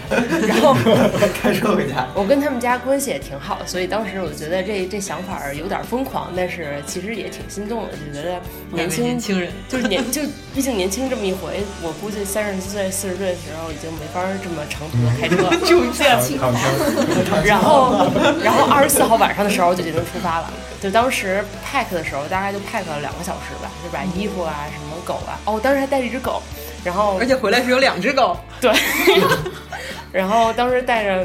[SPEAKER 7] 然后
[SPEAKER 6] 开车回家。
[SPEAKER 7] 我跟他们家关系也挺好，所以当时我觉得这这想想法儿有点儿疯狂，但是其实也挺心动的，就觉得年
[SPEAKER 2] 两个
[SPEAKER 7] 轻
[SPEAKER 2] 年轻人，
[SPEAKER 7] 就是年就毕竟年轻这么一回，我估计三十岁四十岁的时候已经没法儿这么长途的开车 了。
[SPEAKER 2] 出现
[SPEAKER 4] 躺枪，
[SPEAKER 7] 然后，然后二十四号晚上的时候就决定出发了。就当时 pack 的时候，大概就 pack 了两个小时吧，就把衣服啊、什么狗啊，哦，当时还带着一只狗，然后
[SPEAKER 2] 而且回来是有两只狗，
[SPEAKER 7] 对，然后当时带着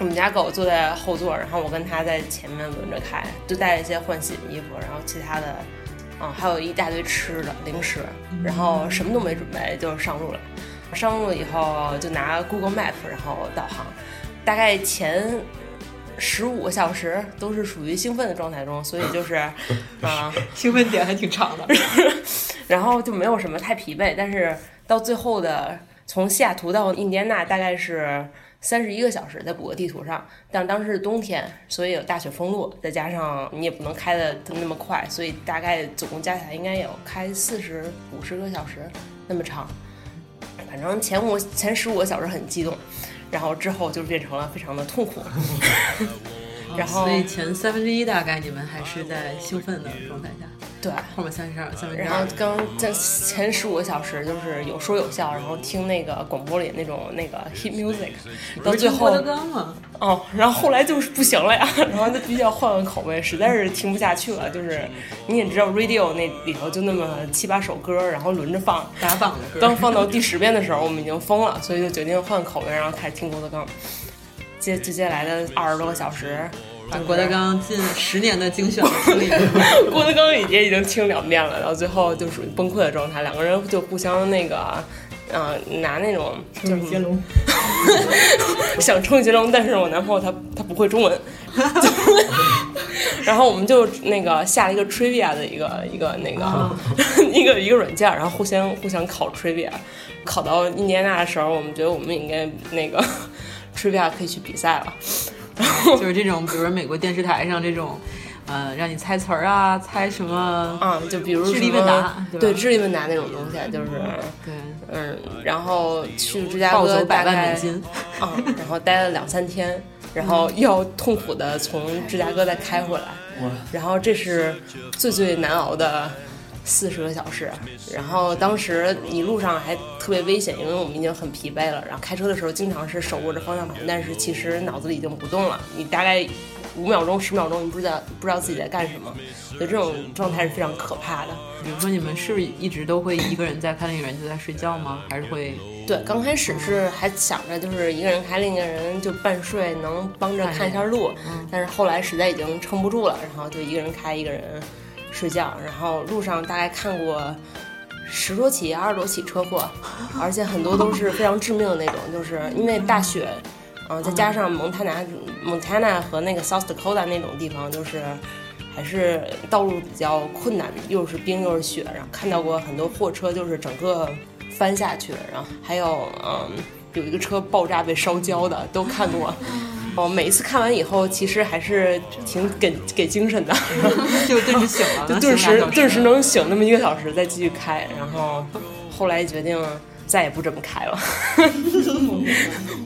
[SPEAKER 7] 我们家狗坐在后座，然后我跟它在前面轮着开，就带着一些换洗的衣服，然后其他的，嗯，还有一大堆吃的零食，
[SPEAKER 2] 嗯
[SPEAKER 7] 然后什么都没准备就上路了。上路以后就拿 Google Map 然后导航，大概前。十五个小时都是属于兴奋的状态中，所以 就是，啊、
[SPEAKER 2] 兴奋点还挺长的。
[SPEAKER 7] 然后就没有什么太疲惫，但是到最后的从西雅图到印第安纳大概是三十一个小时，在谷歌地图上，但当时是冬天，所以有大雪封路，再加上你也不能开的那么快，所以大概总共加起来应该有开四十五十个小时那么长。反正前五前十五个小时很激动，然后之后就变成了非常的痛苦。然
[SPEAKER 2] 嗯
[SPEAKER 7] 后
[SPEAKER 2] 所以前三分之一大概你们还是在兴奋的状态下，
[SPEAKER 7] 对，
[SPEAKER 2] 后面三十二、三分之
[SPEAKER 7] 然后
[SPEAKER 2] 二，
[SPEAKER 7] 刚在前十五个小时就是有说有笑，然后听那个广播里那种那个 hit music，到最后
[SPEAKER 2] 郭德纲嘛，
[SPEAKER 7] 哦，然后后来就是不行了呀， 然后就必须要换换口味，实在是听不下去了。就是你也知道 radio 那里头就那么七八首歌，然后轮着放，
[SPEAKER 2] 打榜的歌
[SPEAKER 7] 当。放到第十遍的时候，我们已经疯了，所以就决定换口味，然后开始听郭德纲。接接下来的二十多个小时，
[SPEAKER 2] 把
[SPEAKER 7] 就是
[SPEAKER 2] 郭德纲近十年的精选的梳 理，
[SPEAKER 7] 郭德纲也已经听两遍了，然后最后就属于崩溃的状态，两个人就互相那个，嗯、拿那种就
[SPEAKER 3] 就是接
[SPEAKER 7] 是
[SPEAKER 3] 龙，
[SPEAKER 7] 想冲击龙，但是我男朋友他他不会中文， 然后我们就那个下了一个 trivia 的一个一个那个、 一个一个软件，然后互相互相考 trivia，考到印第安纳的时候，我们觉得我们应该那个 trivia 可以去比赛了。
[SPEAKER 2] 就是这种，比如说美国电视台上这种，呃，让你猜词儿啊，猜什么，
[SPEAKER 7] 嗯，就比如
[SPEAKER 2] 智力
[SPEAKER 7] 什么
[SPEAKER 2] 问答对吧
[SPEAKER 7] 对智力问答那种东西，就是
[SPEAKER 2] 对，
[SPEAKER 7] 嗯，然后去芝加
[SPEAKER 2] 暴
[SPEAKER 7] 哥
[SPEAKER 2] 走
[SPEAKER 7] 大
[SPEAKER 2] 百万
[SPEAKER 7] 概
[SPEAKER 2] 美金，嗯
[SPEAKER 7] 啊、然后待了两三天，然后又要痛苦的从芝加哥再开回来，然后这是最最难熬的四十个小时。然后当时一路上还特别危险，因为我们已经很疲惫了。然后开车的时候经常是手握着方向盘，但是其实脑子里已经不动了。你大概五秒钟、十秒钟，你不知道不知道自己在干什么，所以这种状态是非常可怕的。
[SPEAKER 2] 比如说你们是不是一直都会一个人在看，另一个人就在睡觉吗？还是会
[SPEAKER 7] 对，刚开始是还想着就是一个人开，另一个人就半睡，能帮着看一下路。但是后来实在已经撑不住了，然后就一个人开，一个人睡觉。然后路上大概看过十多起、二十多起车祸，而且很多都是非常致命的那种，就是因为大雪，嗯、再加上蒙塔拿、蒙塔纳和那个 South Dakota 那种地方，就是。还是道路比较困难，又是冰又是雪，然后看到过很多货车就是整个翻下去，然后还有嗯有一个车爆炸被烧焦的都看 过。哦，每一次看完以后，其实还是挺给给精神的，
[SPEAKER 2] 就顿时醒 了，
[SPEAKER 7] 就顿
[SPEAKER 2] 醒俩
[SPEAKER 7] 时
[SPEAKER 2] 小
[SPEAKER 7] 顿时能醒那么一个小时，再继续开。然 后后来决定再也不这么开了。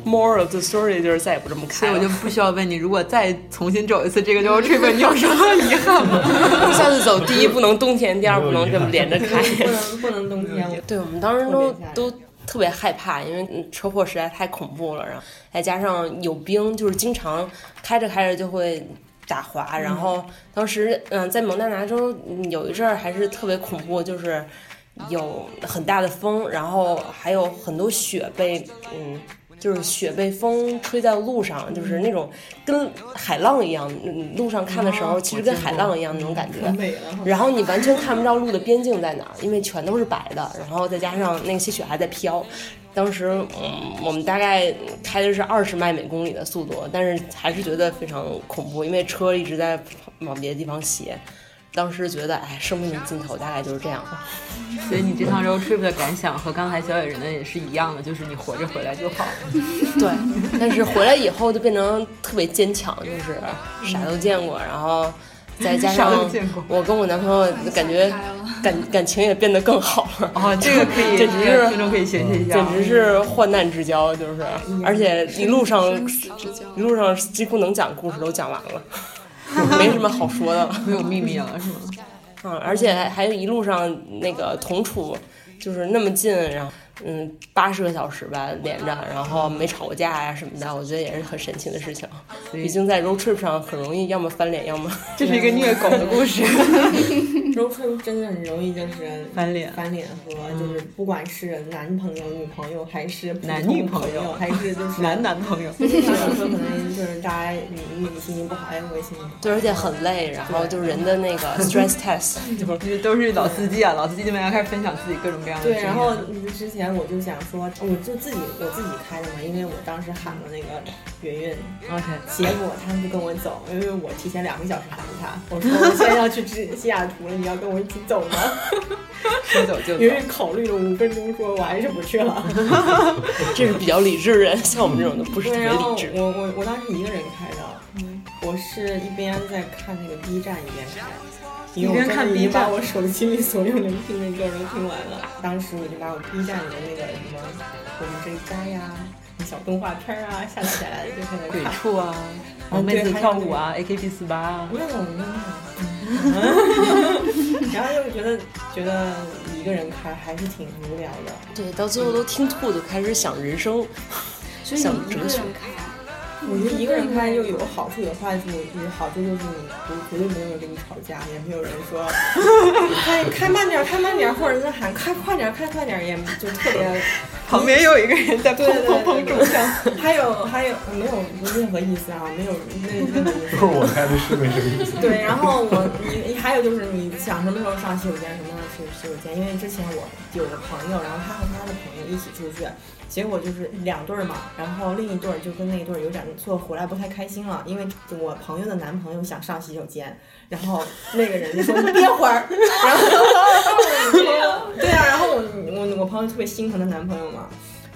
[SPEAKER 7] Moral of the story 就是再也不这么
[SPEAKER 2] 所
[SPEAKER 7] 开
[SPEAKER 2] 以
[SPEAKER 7] 了。
[SPEAKER 2] 我就不需要问你，如果再重新走一次这个 road trip，你有什么遗憾吗？
[SPEAKER 7] 下次走，第一不能冬天，第二不能这么连着开。
[SPEAKER 3] 不能啊不能冬天，我
[SPEAKER 7] 对，我们当时都
[SPEAKER 3] 特别吓人
[SPEAKER 7] 都特别害怕，因为嗯车祸实在太恐怖了，然后再加上有冰，就是经常开着开着就会。打滑，
[SPEAKER 3] 嗯
[SPEAKER 7] 然后当时嗯、在蒙大拿州嗯有一阵儿还是特别恐怖，就是有很大的风，然后还有很多雪被嗯，就是雪被风吹在路上，就是
[SPEAKER 3] 嗯
[SPEAKER 7] 那种跟海浪一样，嗯路上看的时
[SPEAKER 3] 哦
[SPEAKER 7] 候其实跟海浪一样那种感觉。
[SPEAKER 3] 美 了。
[SPEAKER 7] 然后你完全看不到路的边境在哪儿，因为全都是白的，然后再加上那些雪还在飘。当时，嗯，我们大概开的是二十迈每公里的速度，但是还是觉得非常恐怖，因为车一直在往别的地方斜。当时觉得，哎，生命的尽头大概就是这样吧。
[SPEAKER 2] 所以你这趟 road trip 的感想和刚才小野人的也是一样的，就是你活着回来就好了。
[SPEAKER 7] 对，但是回来以后就变成特别坚强，就是啥都见过，然后再加
[SPEAKER 2] 啥
[SPEAKER 7] 上
[SPEAKER 2] 都见过
[SPEAKER 7] 我跟我男朋友呃
[SPEAKER 5] 嗯
[SPEAKER 7] 感觉
[SPEAKER 5] 想开了
[SPEAKER 7] 感感情也变得更好了。
[SPEAKER 2] 哦， 这个可以，
[SPEAKER 7] 简直是
[SPEAKER 2] 听众可以学习一下。啊
[SPEAKER 7] 简直是患难之交，
[SPEAKER 2] 嗯
[SPEAKER 7] 就是，而且一路上
[SPEAKER 5] 生死之交
[SPEAKER 7] 一路上几乎能讲的故事都讲完了。没什么好说的了。
[SPEAKER 2] 没有秘密了是吗？
[SPEAKER 7] 嗯，而且还还一路上那个同处，就是那么近，然后嗯八十个小时吧连着，然后没吵过架呀、什么的，我觉得也是很神奇的事情。毕竟在 road trip 上很容易，要么翻脸，要么
[SPEAKER 2] 这是一个虐狗的故事，
[SPEAKER 3] road trip 真的很容易就是
[SPEAKER 2] 翻脸
[SPEAKER 3] 翻脸和
[SPEAKER 2] 嗯
[SPEAKER 3] 就是不管是男朋友、女朋友还是普通
[SPEAKER 2] 男女朋
[SPEAKER 3] 朋
[SPEAKER 2] 友
[SPEAKER 3] 还是就 是
[SPEAKER 2] 男男朋友。
[SPEAKER 3] 就是像有时候可能就是大家你你心情不好，哎，我也心情不好。
[SPEAKER 7] 对，而且很累，然后就是人的那个 stress test，
[SPEAKER 2] 就是都是老司机啊，老司机这边要开始分享自己各种各样的经
[SPEAKER 3] 对，
[SPEAKER 2] 验。
[SPEAKER 3] 然后之前我就想说，我就自己我自己开的嘛，因为我当时喊了那个云云，
[SPEAKER 2] OK，
[SPEAKER 3] 结果他不跟我走，因为我提前两个小时喊他，我说我现在要去西西雅图了，你要跟我一起走吗？
[SPEAKER 2] 说走 就走
[SPEAKER 3] 云。云考虑了五分钟，说我还是不去了。
[SPEAKER 7] 这是比较理智的人，像我们这种的不是特
[SPEAKER 3] 对，
[SPEAKER 7] 别
[SPEAKER 3] 然后
[SPEAKER 7] 理智。
[SPEAKER 3] 我我我当时一个人开的，
[SPEAKER 2] 嗯
[SPEAKER 3] 我是一边在看那个 B 站一边开，因为我
[SPEAKER 2] 一边看
[SPEAKER 3] 真的已
[SPEAKER 2] B
[SPEAKER 3] 经把
[SPEAKER 2] 站
[SPEAKER 3] 我手机里所有能听的歌都听完了。当时我就把我 B 站里的那个什么我们这一家呀、小动画片啊下载下来就开始
[SPEAKER 2] 鬼
[SPEAKER 3] 看。
[SPEAKER 2] 畜啊，然后妹子跳舞啊，AKB 四八啊，
[SPEAKER 3] 没有没 有。 然后就觉得觉得一个人开还是挺无聊的，
[SPEAKER 7] 对，到最后都听吐，就开始想人生，
[SPEAKER 5] 所以
[SPEAKER 7] 想
[SPEAKER 5] 你一个
[SPEAKER 7] 哲学啊
[SPEAKER 5] 人。开，
[SPEAKER 3] 我觉得
[SPEAKER 2] 嗯
[SPEAKER 3] 一个人开又有好处有坏处，有好处就是你不绝对没有人跟你吵架，也没有人说 开开慢点儿，开慢点儿，或者是喊开快点儿，开快点儿，也就特别
[SPEAKER 2] 旁边又有一个人在砰
[SPEAKER 3] 对对
[SPEAKER 2] 砰砰
[SPEAKER 3] 对
[SPEAKER 2] 中枪。
[SPEAKER 3] 对，还有还有没有任何意思啊，没有那那
[SPEAKER 4] 就是我开的是没这个意思。
[SPEAKER 3] 对，然后我你你还有就是你想什么时候上洗手间，什么时候去洗手间，因为之前我有个朋友，然后他和他的朋友一起出去，结果就是两对儿嘛，然后另一对儿就跟那一对儿有点错回来不太开心了，因为我朋友的男朋友想上洗手间，然后那个人就说你憋会儿， 然后 对啊，然后我我我朋友特别心疼她男朋友嘛。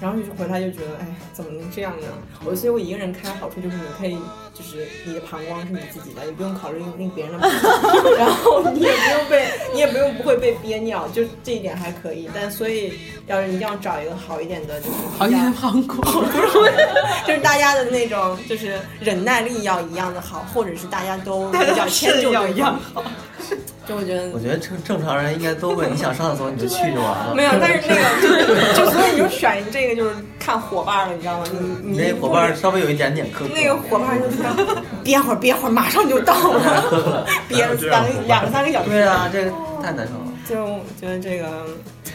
[SPEAKER 3] 然后就回来就觉得，哎，怎么能这样呢？我所以，我一个人开好处就是你可以，就是你的膀胱是你自己的，你不用考虑用别人的膀胱， 然后你也不用被，你也不用不会被憋尿，就这一点还可以。但所以要是一定要找一个好一点的，就是
[SPEAKER 2] 好
[SPEAKER 3] 比较
[SPEAKER 2] 像膀胱，
[SPEAKER 3] 就是大家的那种，就是忍耐力要一样的好，或者是大家 都比较迁就
[SPEAKER 2] 要
[SPEAKER 3] 对
[SPEAKER 2] 一样
[SPEAKER 3] 方。就我觉得
[SPEAKER 6] 我觉得正正常人应该都会，你想上厕所你就去就完了。
[SPEAKER 3] 没有，但是那个 就是，就所以你就选这个就是看伙伴了，你知道吗？你你
[SPEAKER 6] 你那伙伴稍微有一点点苛刻。
[SPEAKER 3] 那个伙伴就说：“憋会儿，憋会儿，马上就到 了，憋了三个两三个小时。”
[SPEAKER 6] 对，啊，这个太难受了。
[SPEAKER 3] 就我觉得这个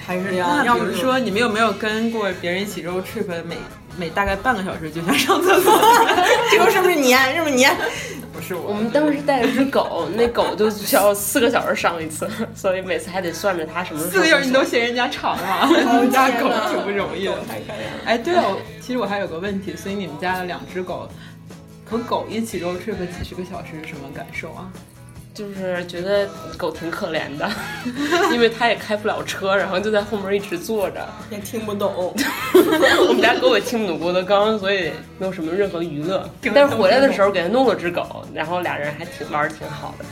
[SPEAKER 3] 还是要
[SPEAKER 2] 那
[SPEAKER 3] 要
[SPEAKER 2] 比
[SPEAKER 3] 么
[SPEAKER 2] 如说，你们有没有跟过别人一起 road trip，每每大概半个小时就想上厕所？
[SPEAKER 3] 这个是不是你？啊是不是你？
[SPEAKER 2] 不是
[SPEAKER 7] 我
[SPEAKER 2] 我，
[SPEAKER 7] 们当时带了只狗，那狗就需要四个小时上一次， 所以每次还得算着它什么时候
[SPEAKER 2] 四个小时你都嫌人家长 啊，你们家狗挺不容易的。
[SPEAKER 3] 太可怜了。
[SPEAKER 2] 哎，对了，我其实我还有个问题，所以你们家的两只狗和狗一起 road trip 几十个小时是什么感受啊？
[SPEAKER 7] 就是觉得狗挺可怜的， 因为它也开不了车，然后就在后面一直坐着。
[SPEAKER 3] 也听不 懂，
[SPEAKER 7] 我们家狗也听不懂郭德纲，所以没有什么任何娱乐。但是回来的时候给它弄了只狗，然后俩人还挺玩的挺好的。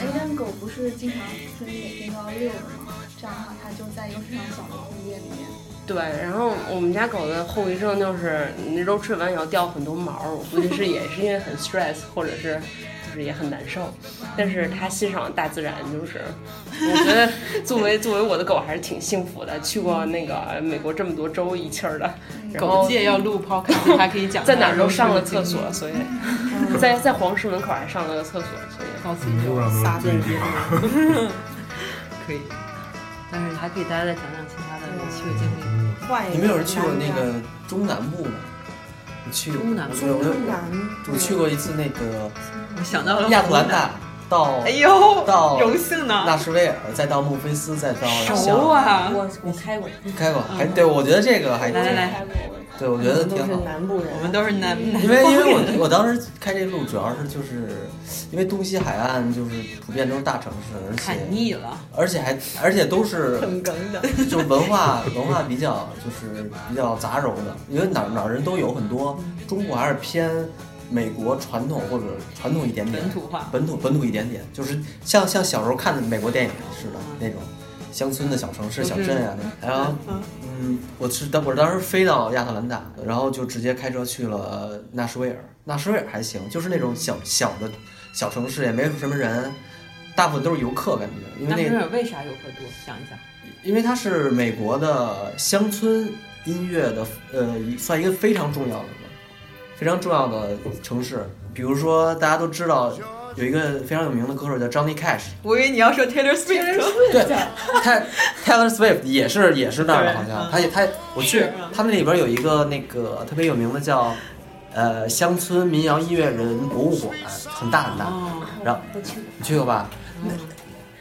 [SPEAKER 5] 哎，但狗不是经常分每天都要遛的吗？这样的话，它就在一个非常小的空间里面。
[SPEAKER 7] 对，然后我们家狗的后遗症就是你肉吃完以后掉很多毛，我估计是也是因为很 stress，或者是就是也很难受。但是它欣赏大自然，就是我觉得作为作为我的狗还是挺幸福的，去过那个美国这么多州一气儿的，然
[SPEAKER 2] 狗
[SPEAKER 7] 后
[SPEAKER 2] 界要录 podcast 还可以讲
[SPEAKER 7] 在哪儿都上
[SPEAKER 1] 嗯
[SPEAKER 7] 了厕所，所以在在黄石门口还上了个厕所，所以
[SPEAKER 2] 到此
[SPEAKER 4] 一路上都
[SPEAKER 3] 撒
[SPEAKER 4] 是
[SPEAKER 3] 遍
[SPEAKER 4] 自己
[SPEAKER 3] 野
[SPEAKER 4] 玩。
[SPEAKER 2] 嗯可以。但是还可以大家再讲讲其他的有趣的经历。
[SPEAKER 7] 嗯
[SPEAKER 3] 换一个。
[SPEAKER 6] 你们有人去过那个中南部吗？你去
[SPEAKER 2] 中南
[SPEAKER 6] 我
[SPEAKER 2] 部
[SPEAKER 6] 我
[SPEAKER 3] 中
[SPEAKER 6] 我
[SPEAKER 3] 南？
[SPEAKER 6] 我去过一次那个
[SPEAKER 2] 我想到了
[SPEAKER 6] 亚特兰，大，到
[SPEAKER 2] 哎呦，
[SPEAKER 6] 到
[SPEAKER 2] 荣幸
[SPEAKER 6] 拉
[SPEAKER 2] 呢，
[SPEAKER 6] 什维尔，再到孟菲斯，再到
[SPEAKER 2] 熟
[SPEAKER 6] 香
[SPEAKER 2] 啊！嗯
[SPEAKER 7] 我我开过，
[SPEAKER 6] 港，开过，还对我觉得这个还
[SPEAKER 2] 来来来，
[SPEAKER 5] 开过我
[SPEAKER 6] 对我觉
[SPEAKER 3] 我
[SPEAKER 6] 得
[SPEAKER 3] 们都
[SPEAKER 6] 挺
[SPEAKER 3] 是
[SPEAKER 6] 好。
[SPEAKER 3] 南部人，
[SPEAKER 2] 我们都是南南
[SPEAKER 6] 因为因为 我我当时开这路主要是就是因为东西海岸就是普遍都是大城市，而
[SPEAKER 2] 看
[SPEAKER 6] 且
[SPEAKER 2] 腻了，
[SPEAKER 6] 而且还而且都是
[SPEAKER 3] 很梗的。
[SPEAKER 6] 就是文化文化比较就是比较杂糅的，因为哪儿哪儿人都有很多，中国还是偏美国传统或者传统一点点
[SPEAKER 2] 本，土化。
[SPEAKER 6] 本土本土一点点，就是像像小时候看的美国电影似的那种。乡村的小城市、
[SPEAKER 2] 就是
[SPEAKER 6] 小镇啊，然后，嗯，我是当我当时飞到亚特兰大，然后就直接开车去了纳什维尔。纳什维尔还行，就是那种小小的小城市，也没什么人，大部分都是游客感觉，因
[SPEAKER 1] 那
[SPEAKER 6] 为那
[SPEAKER 1] 日
[SPEAKER 6] 个，
[SPEAKER 1] 本为啥游客多？想一想，
[SPEAKER 6] 因为它是美国的乡村音乐的，呃，算一个非常重要的非常重要的城市。比如说，大家都知道有一个非常有名的歌手叫 Johnny Cash，
[SPEAKER 1] 我以为你要说 Taylor Swift，
[SPEAKER 6] 对，泰 Taylor Swift 也是也是那儿的，好像
[SPEAKER 1] 对嗯
[SPEAKER 6] 他也他我去
[SPEAKER 1] 是吗
[SPEAKER 6] 他们那里边有一个那个特别有名的叫呃乡村民谣音乐人博物馆，很大很大，
[SPEAKER 1] 哦嗯
[SPEAKER 6] 然后
[SPEAKER 3] 我去，
[SPEAKER 6] 你去过吧？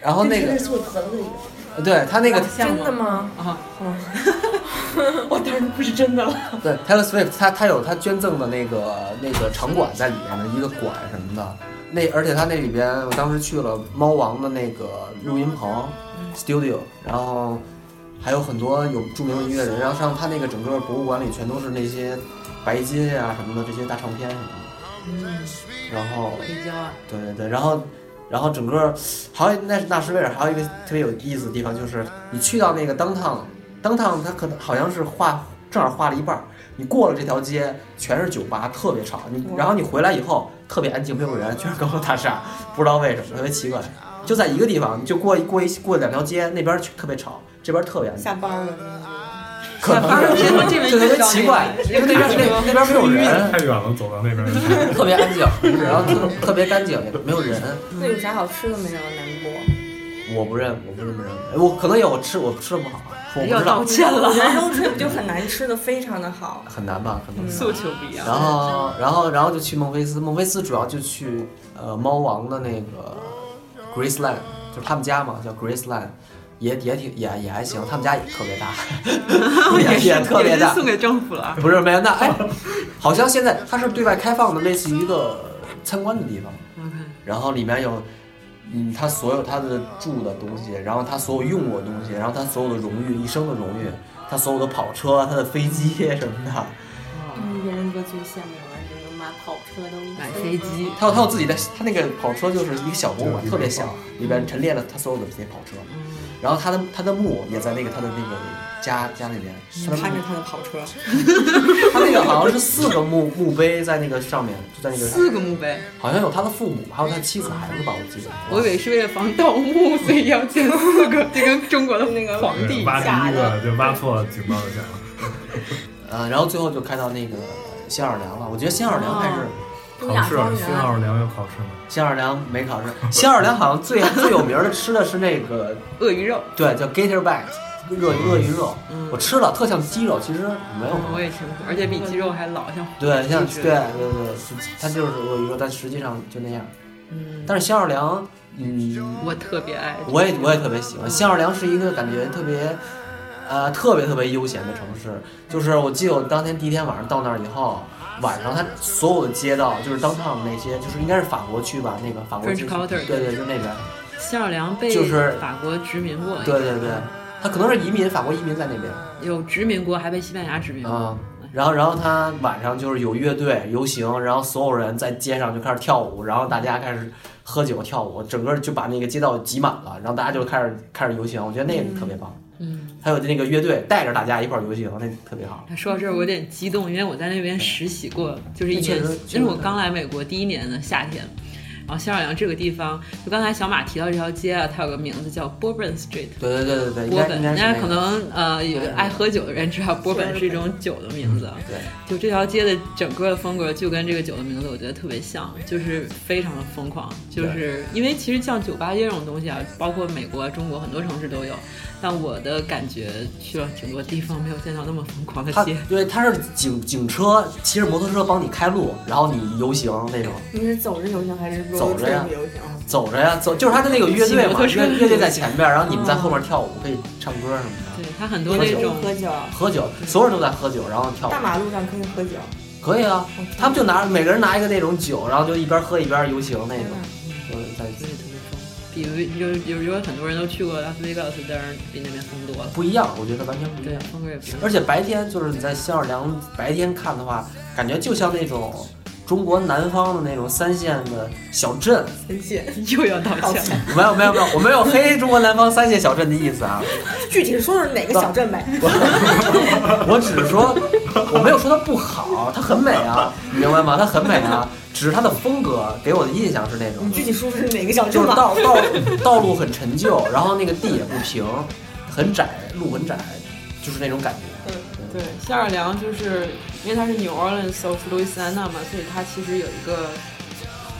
[SPEAKER 6] 然后那个
[SPEAKER 3] 是我合作的一个，
[SPEAKER 6] 对他那个
[SPEAKER 3] 真的吗？
[SPEAKER 1] 啊，
[SPEAKER 3] 我当然不是真的了。
[SPEAKER 6] 对 Taylor Swift 他他有他捐赠的那个那个场馆在里面的一个馆什么的，那而且他那里边我当时去了猫王的那个录音棚 studio，然后还有很多有著名的音乐人，然后上他那个整个博物馆里全都是那些白金啊什么的这些大唱片什么的，然后
[SPEAKER 1] 比较啊，
[SPEAKER 6] 对对对，然后，然后整个还有那纳什维尔还有一个特别有意思的地方，就是你去到那个 downtown downtown，它可能好像是画正好画了一半儿，你过了这条街全是酒吧，特别吵。你然后你回来以后特别安静，没有人，全是高楼大厦，不知道为什么特别奇怪。就在一个地方，你就过一过一过两条街，那边儿特别吵，这边儿特别安静。
[SPEAKER 3] 下班了，
[SPEAKER 6] 可能
[SPEAKER 1] 反正
[SPEAKER 6] 是
[SPEAKER 1] 别说这边
[SPEAKER 6] 就特
[SPEAKER 1] 就
[SPEAKER 6] 别
[SPEAKER 1] 到
[SPEAKER 6] 奇
[SPEAKER 1] 那
[SPEAKER 6] 怪，
[SPEAKER 1] 边
[SPEAKER 6] 因为那边儿那那边儿没有人
[SPEAKER 4] 太，远了，走到 那边去。
[SPEAKER 6] 特别安静，然后特特别干净，也没有人。
[SPEAKER 9] 那有啥好吃的没有？南波，
[SPEAKER 6] 我不认，我不这么认为。我可能有我吃，我吃的不好，我不知道，
[SPEAKER 1] 歉了，
[SPEAKER 3] 南州 trip 就很难吃的非常的 好，
[SPEAKER 6] 很难吧，可能。
[SPEAKER 1] 诉求不一样。
[SPEAKER 6] 然后，然后，然后就去孟菲斯。孟菲斯主要就去呃猫王的那个 Graceland，就是他们家嘛，叫 Graceland，也也挺也也还行，他们家也特别大，也也特别大
[SPEAKER 1] 送，给政府 了，
[SPEAKER 6] 不是没有那哎，好像现在它是对外开放的，类似于一个参观的地方。然后里面有，嗯，他所有他的住的东西，然后他所有用过的东西，然后他所有的荣誉，一生的荣誉，他所有的跑车，啊他的飞机什么的，
[SPEAKER 3] 嗯，别人哥最羡慕了，你能买跑车都
[SPEAKER 1] 买飞机，
[SPEAKER 6] 他有他有自己的，他那个跑车就是一个小博物馆，特别小，嗯里边陈列了他所有的这些跑车，
[SPEAKER 3] 嗯
[SPEAKER 6] 然后他的他的墓也在那个他的那个家家里面，他的墓
[SPEAKER 3] 看着他的跑 车，
[SPEAKER 6] 他那个好像是四个墓墓碑在那个上面，就在那个
[SPEAKER 1] 四个墓碑，
[SPEAKER 6] 好像有他的父母，还有他妻子孩子吧，我记得。
[SPEAKER 1] 我以为是为了防盗墓，所以要建四 个，就跟中国的那个皇帝一
[SPEAKER 4] 挖第
[SPEAKER 1] 下
[SPEAKER 4] 一
[SPEAKER 1] 的。
[SPEAKER 4] 个就挖错了，警报就响 了。
[SPEAKER 6] 呃，然后最后就开到那个新奥尔良了。我觉得新奥尔良还是、
[SPEAKER 4] 考试，新奥尔良有考试吗？
[SPEAKER 6] 新奥尔良没考试，新奥尔良好像最 最有名的吃的是那个
[SPEAKER 1] 鳄鱼肉，
[SPEAKER 6] 对叫 Gator Back 鳄鳄鱼肉，我吃了特像鸡肉，其实没有很
[SPEAKER 1] 嗯我也吃过，而且比鸡肉还老，像
[SPEAKER 6] 对像
[SPEAKER 1] 鸡翅
[SPEAKER 6] 对对对，是它就是鳄鱼肉，但实际上就那样。
[SPEAKER 1] 嗯，
[SPEAKER 6] 但是新奥尔良，嗯，
[SPEAKER 1] 我特别爱。
[SPEAKER 6] 我也我也特别喜欢。新奥尔良是一个感觉特别，呃，特别特别悠闲的城市。就是我记得我当天第一天晚上到那儿以后，晚上它所有的街道，就是 downtown 那些，就是应该是法国区吧，那个法国
[SPEAKER 1] French
[SPEAKER 6] 区，
[SPEAKER 1] Quarter
[SPEAKER 6] 对对，就那边，
[SPEAKER 1] 新奥尔良被
[SPEAKER 6] 就是
[SPEAKER 1] 法国殖民过，
[SPEAKER 6] 对对对，它可能是移民，法国移民在那边
[SPEAKER 1] 有殖民过，还被西班牙殖民过。
[SPEAKER 6] 啊。然后，然后它晚上就是有乐队游行，然后所有人在街上就开始跳舞，然后大家开始喝酒跳舞，整个就把那个街道挤满了，然后大家就开始开始游行，我觉得那个特别棒。
[SPEAKER 1] 嗯，
[SPEAKER 6] 还有那个乐队带着大家一块儿游行，那特别好。
[SPEAKER 1] 说到这儿我有点激动，因为我在那边实习过，就是一年
[SPEAKER 6] 确实，
[SPEAKER 1] 这是我刚来美国第一年的夏天。然后新奥尔良这个地方，就刚才小马提到这条街啊，它有个名字叫 Bourbon Street。
[SPEAKER 6] 对对对对对，应
[SPEAKER 1] 波
[SPEAKER 6] 该
[SPEAKER 1] 本，
[SPEAKER 6] 应该是、那
[SPEAKER 1] 家
[SPEAKER 6] 个、哎
[SPEAKER 1] 可能呃有爱喝酒的人知道，波本是一种酒的名字。
[SPEAKER 6] 对，
[SPEAKER 1] 就这条街的整个的风格就跟这个酒的名字我觉得特别像，就是非常的疯狂。就是因为其实像酒吧街这种东西啊，包括美国、中国很多城市都有，但我的感觉去了挺多地方没有见到那么疯狂的
[SPEAKER 6] 他
[SPEAKER 1] 街。
[SPEAKER 6] 对他是警警车骑着摩托车帮你开路，然后你游行那种，
[SPEAKER 3] 你是走着游行还是
[SPEAKER 6] 走着呀
[SPEAKER 3] road trip 游行？
[SPEAKER 6] 走着呀走，就是他的那个乐队
[SPEAKER 1] 骑摩
[SPEAKER 6] 嘛，
[SPEAKER 1] 托车嗯
[SPEAKER 6] 乐乐队在前边，然后你们在后面跳舞，可以唱歌什么
[SPEAKER 1] 对
[SPEAKER 6] 的。，
[SPEAKER 1] 它很多
[SPEAKER 6] 喝
[SPEAKER 1] 那
[SPEAKER 6] 酒
[SPEAKER 1] 种
[SPEAKER 3] 喝酒，
[SPEAKER 6] 喝酒，所有人都在喝酒，然后跳舞
[SPEAKER 3] 大，马路上可以喝酒，
[SPEAKER 6] 可以啊。哦他们就拿每个人拿一个那种酒，然后就一边喝一边游行那种，
[SPEAKER 3] 嗯
[SPEAKER 6] 就是在
[SPEAKER 1] 对特别疯。比如有有有很多人都去过拉斯维加斯，但是比那边疯多了。
[SPEAKER 6] 不一样，我觉得完全不一
[SPEAKER 1] 对
[SPEAKER 6] 样，。
[SPEAKER 1] 风格也不一样。
[SPEAKER 6] 而且白天就是你在新奥尔良白天看的话，感觉就像那种中国南方的那种三线的小镇。
[SPEAKER 3] 真谢。
[SPEAKER 1] 又要道歉了。
[SPEAKER 6] 没有没有没有，我没有黑中国南方三线小镇的意思啊，
[SPEAKER 3] 具体说说哪个小镇呗？
[SPEAKER 6] 我只是说我没有说它不好，它很美啊，你明白吗？它很美啊，只是它的风格给我的印象是那种，
[SPEAKER 3] 具体说是哪个小镇
[SPEAKER 6] 就是
[SPEAKER 3] 吧？
[SPEAKER 6] 道道道路很陈旧，然后那个地也不平，很窄，路很窄，就是那种感觉。
[SPEAKER 1] 对，夏尔良就是因为他是 New Orleans of Louisiana 嘛，所以他其实有一个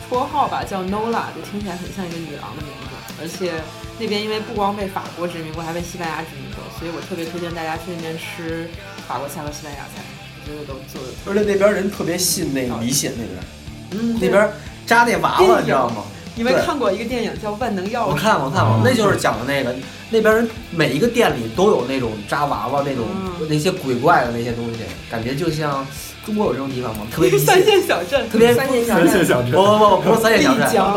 [SPEAKER 1] 绰号吧，叫 Nola，就听起来很像一个女郎的名字。而且那边因为不光被法国殖民过，还被西班牙殖民过，所以我特别推荐大家去那边吃法国菜和西班牙菜，我觉得都做的。
[SPEAKER 6] 而且那边人特别信那
[SPEAKER 1] 啊
[SPEAKER 6] 迷信，那边
[SPEAKER 1] 嗯，
[SPEAKER 6] 那边扎那娃娃，你知道吗？
[SPEAKER 1] 你们
[SPEAKER 6] 对
[SPEAKER 1] 看过一个电影叫《万能钥匙》？
[SPEAKER 6] 我看我看
[SPEAKER 4] 哦
[SPEAKER 6] 过，那就是讲的那个，那边人每一个店里都有那种扎娃娃那种、
[SPEAKER 1] 嗯
[SPEAKER 6] 那些鬼怪的那些东西，感觉就像中国有这种地方吗？特别迷信，
[SPEAKER 1] 三线小镇，
[SPEAKER 6] 特别
[SPEAKER 3] 三线小
[SPEAKER 4] 真
[SPEAKER 3] 镇
[SPEAKER 4] 是想吃
[SPEAKER 6] 不不不不不是三线
[SPEAKER 1] 丽
[SPEAKER 6] 小镇。
[SPEAKER 1] 江，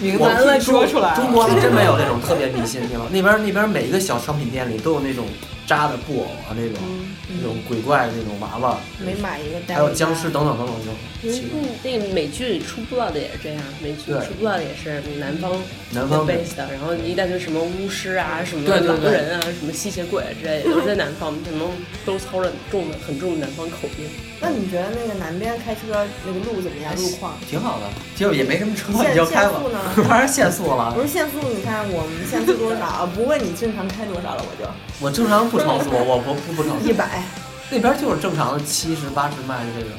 [SPEAKER 1] 名
[SPEAKER 6] 我
[SPEAKER 1] 字说出来啊了
[SPEAKER 6] 中国还真没有那种特别迷信的地方。那边那边每一个小商品店里都有那种扎的布偶啊，那种、
[SPEAKER 1] 嗯
[SPEAKER 6] 那种鬼怪的那种娃娃，
[SPEAKER 3] 每买一个带
[SPEAKER 6] 还有僵尸等等等等这种奇怪。
[SPEAKER 7] 嗯那个美剧出不到的也是这样，美剧
[SPEAKER 6] 对
[SPEAKER 7] 出不到的也是南方
[SPEAKER 6] 南方美
[SPEAKER 7] base 的，然后一旦就什么巫师啊、什么
[SPEAKER 6] 对对
[SPEAKER 7] 狼
[SPEAKER 6] 对
[SPEAKER 7] 人啊、什么吸血鬼啊之类的，都是在南方，可能都操着重的很重的南方口音。
[SPEAKER 3] 那你觉得那个南边开车那个路怎么样？路
[SPEAKER 1] 哎
[SPEAKER 3] 况？
[SPEAKER 6] 挺好的，就也没什么车，
[SPEAKER 3] 限
[SPEAKER 6] 你就开 吧
[SPEAKER 3] 限速呢。
[SPEAKER 6] 当然限速了
[SPEAKER 3] 不，是限速，你看我们限速多少？ 啊不问你正常开多少了，我就
[SPEAKER 6] 我正常不超速，我不不不超速
[SPEAKER 3] 一。百。
[SPEAKER 6] 那边就是正常的七十八十迈的这种。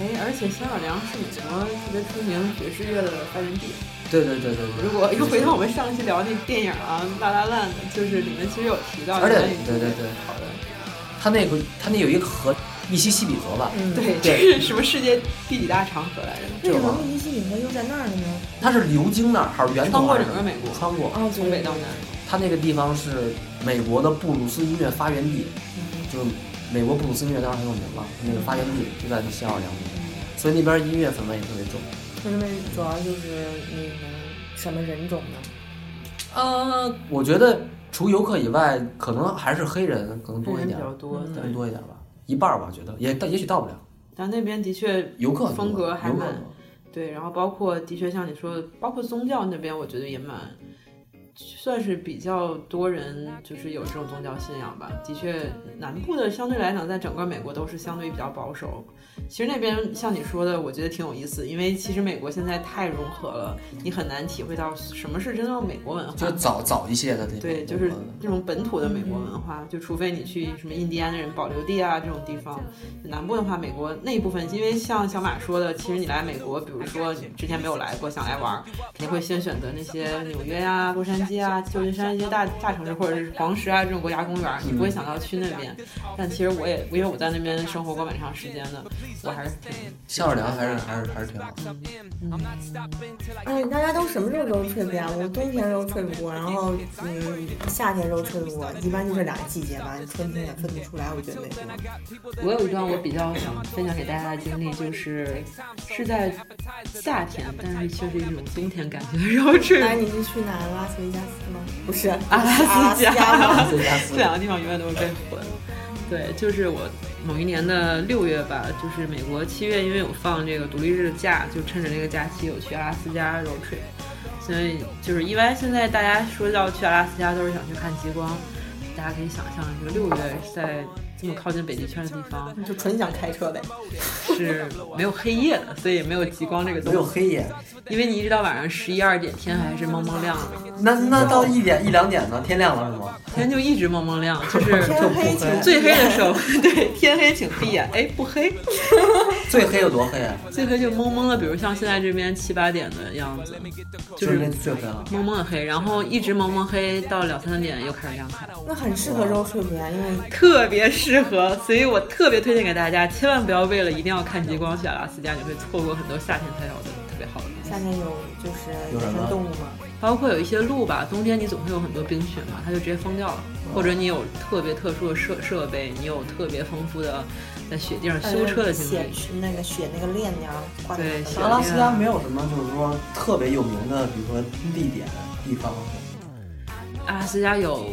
[SPEAKER 1] 哎，而且香尔良是美国特别出名爵士乐的发源地。
[SPEAKER 6] 对对对对对。
[SPEAKER 1] 如果
[SPEAKER 3] 哎
[SPEAKER 1] 又回到我们上一期聊那电影啊，《拉拉烂》，就是里面其实有提到，
[SPEAKER 6] 而且
[SPEAKER 1] 关于
[SPEAKER 6] 对对对
[SPEAKER 1] 好的，
[SPEAKER 6] 他那个他那有一个河，密西西比河吧，
[SPEAKER 3] 嗯，
[SPEAKER 1] 对，这是什么世界第几大长河来着？
[SPEAKER 3] 为
[SPEAKER 6] 这
[SPEAKER 3] 什
[SPEAKER 6] 个
[SPEAKER 3] 么
[SPEAKER 6] 吗？
[SPEAKER 3] 密西西比河又在那儿了呢？
[SPEAKER 6] 它是流经那儿还是源
[SPEAKER 1] 穿
[SPEAKER 6] 头啊
[SPEAKER 1] 过
[SPEAKER 6] 还是
[SPEAKER 1] 整个美国，
[SPEAKER 6] 穿过？
[SPEAKER 3] 啊，
[SPEAKER 1] 从北到南。
[SPEAKER 6] 它那个地方是美国的布鲁斯音乐发源地，
[SPEAKER 3] 嗯
[SPEAKER 6] 就是美国布鲁斯音乐当时很有名了，那个发源地就在那西奥良那边，所以那边音乐氛围也特别重。
[SPEAKER 3] 那他们主要就是那个什么人种呢？
[SPEAKER 6] 呃，我觉得除游客以外，可能还是黑人可能多一嗯
[SPEAKER 1] 人比
[SPEAKER 6] 点，
[SPEAKER 1] 较多，对
[SPEAKER 6] 更，多一点吧，一半儿吧，我觉得也到也许到不了。
[SPEAKER 1] 嗯但那边的确
[SPEAKER 6] 游客很多
[SPEAKER 1] 风格还
[SPEAKER 6] 游客
[SPEAKER 1] 蛮
[SPEAKER 6] 很多
[SPEAKER 1] 对，然后包括的确像你说的，包括宗教那边，我觉得也蛮算是比较多人就是有这种宗教信仰吧。的确，南部的相对来讲，在整个美国都是相对比较保守。其实那边像你说的，我觉得挺有意思，因为其实美国现在太融合了，你很难体会到什么是真正的美国文化。
[SPEAKER 6] 就早早一些的那种，
[SPEAKER 1] 对，就是这种本土的美国文化，就除非你去什么印第安人保留地啊这种地方，南部的话，美国那一部分，因为像小马说的，其实你来美国，比如说你之前没有来过，想来玩儿，肯定会先选择那些纽约呀、洛杉矶啊、旧金山一些大大城市，或者是黄石啊这种国家公园儿，你
[SPEAKER 6] 嗯
[SPEAKER 1] 不会想到去那边。但其实我也，因为我在那边生活过蛮长时间的，我还是挺
[SPEAKER 6] 西奥良还是还是还是挺好的。
[SPEAKER 3] 哎，大家都什么时候 road trip 呀？我冬天 road trip 过，然后嗯，夏天 road trip 过，一般就这两个季节吧，春天也分不出来。我觉得美国，
[SPEAKER 1] 我有一段我比较想分享给大家的经历，就是是在夏天，但是却是一种冬天感觉的 road trip。
[SPEAKER 3] 哎，你是去哪儿？拉斯维加斯吗？不是，
[SPEAKER 1] 阿拉斯
[SPEAKER 3] 阿拉
[SPEAKER 1] 加
[SPEAKER 3] 吗，
[SPEAKER 6] 斯加斯
[SPEAKER 1] 这两个地方永远都会被混。对，就是我某一年的六月吧，就是美国七月，因为有放这个独立日的假，就趁着这个假期有去阿拉斯加 road trip。所以就是一般现在大家说要去阿拉斯加，都是想去看极光。大家可以想象，这个六月在这么靠近北极圈的地方，
[SPEAKER 3] 就纯想开车呗。
[SPEAKER 1] 是没有黑夜的，所以也没有极光这个
[SPEAKER 6] 没
[SPEAKER 1] 东
[SPEAKER 6] 有
[SPEAKER 1] 西。
[SPEAKER 6] 黑夜，
[SPEAKER 1] 因为你一直到晚上十一二点，天还是蒙蒙亮的，
[SPEAKER 6] 那那到一点一两点呢？天亮了是吗？
[SPEAKER 1] 天就一直蒙蒙亮，就是
[SPEAKER 3] 天黑
[SPEAKER 6] 不黑
[SPEAKER 3] 请
[SPEAKER 1] 最黑的时候，对，天黑请闭眼，哎，不黑，
[SPEAKER 6] 最黑有多黑啊？
[SPEAKER 1] 最黑就蒙蒙的，比如像现在这边七八点的样子，就
[SPEAKER 6] 就是那
[SPEAKER 1] 是
[SPEAKER 6] 最黑啊了。
[SPEAKER 1] 蒙蒙的黑，然后一直蒙蒙黑到两三点又开始亮开，
[SPEAKER 3] 那很适合 road trip 呀，啊因为
[SPEAKER 1] 特别适合，所以我特别推荐给大家，千万不要为了一定要看极光去阿拉斯加，你会错过很多夏天才有的特别好的东西。
[SPEAKER 3] 夏天有就是
[SPEAKER 6] 有
[SPEAKER 3] 野
[SPEAKER 6] 什么
[SPEAKER 3] 生动物吗？
[SPEAKER 1] 包括有一些路吧，冬天你总会有很多冰雪嘛，它就直接封掉了。或者你有特别特殊的设设备，你有特别丰富的在雪地上修车的经
[SPEAKER 3] 雪
[SPEAKER 1] 历。
[SPEAKER 3] 是呃那个雪那个链那样挂在
[SPEAKER 1] 对
[SPEAKER 3] 那
[SPEAKER 1] 雪
[SPEAKER 3] 个
[SPEAKER 6] 阿拉斯加没有什么就是说特别有名的，比如说地点地方。
[SPEAKER 1] 阿拉斯加有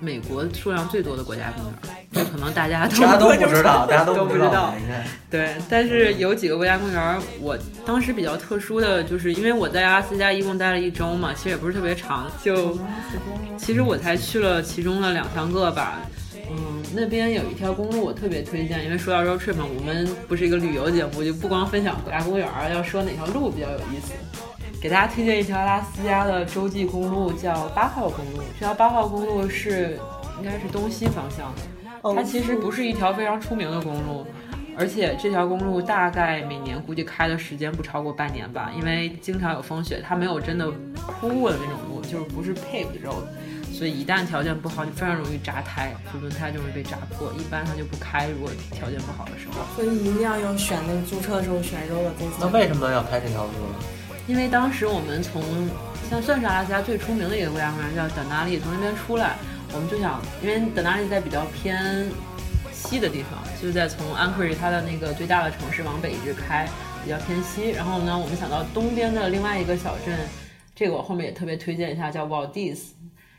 [SPEAKER 1] 美国数量最多的国家公园，
[SPEAKER 2] 这可能大家都
[SPEAKER 6] 大家 都不知道，大家
[SPEAKER 1] 都
[SPEAKER 6] 都
[SPEAKER 1] 不
[SPEAKER 6] 知
[SPEAKER 1] 知道
[SPEAKER 6] 应该
[SPEAKER 1] 对，但是有几个国家公园，我当时比较特殊的就是，因为我在阿拉斯加一共待了一周嘛，其实也不是特别长，就其实我才去了其中的两三个吧。嗯，那边有一条公路我特别推荐，因为说到 road trip 嘛，我们不是一个旅游节目，就不光分享国家公园，要说哪条路比较有意思。给大家推荐一条阿拉斯加的洲际公路，叫八号公路。这条八号公路是应该是东西方向的，它其实不是一条非常出名的公路，而且这条公路大概每年估计开的时间不超过半年吧，因为经常有风雪，它没有真的铺过的那种路，就是不是 paved road，所以一旦条件不好，就非常容易扎胎，就轮胎就容易被扎破，一般它就不开，如果条件不好的时候。
[SPEAKER 10] 所以一定要用选那个租车的时候选 roller b a s
[SPEAKER 6] 那为什么要开这条路呢？
[SPEAKER 1] 因为当时我们从像算是阿拉斯加最出名的一个国家公园叫等纳利，从那边出来，我们就想，因为等纳利在比较偏西的地方，就是在从安克瑞它的那个最大的城市往北一直开，比较偏西。然后呢，我们想到东边的另外一个小镇，这个我后面也特别推荐一下，叫 v a l d i s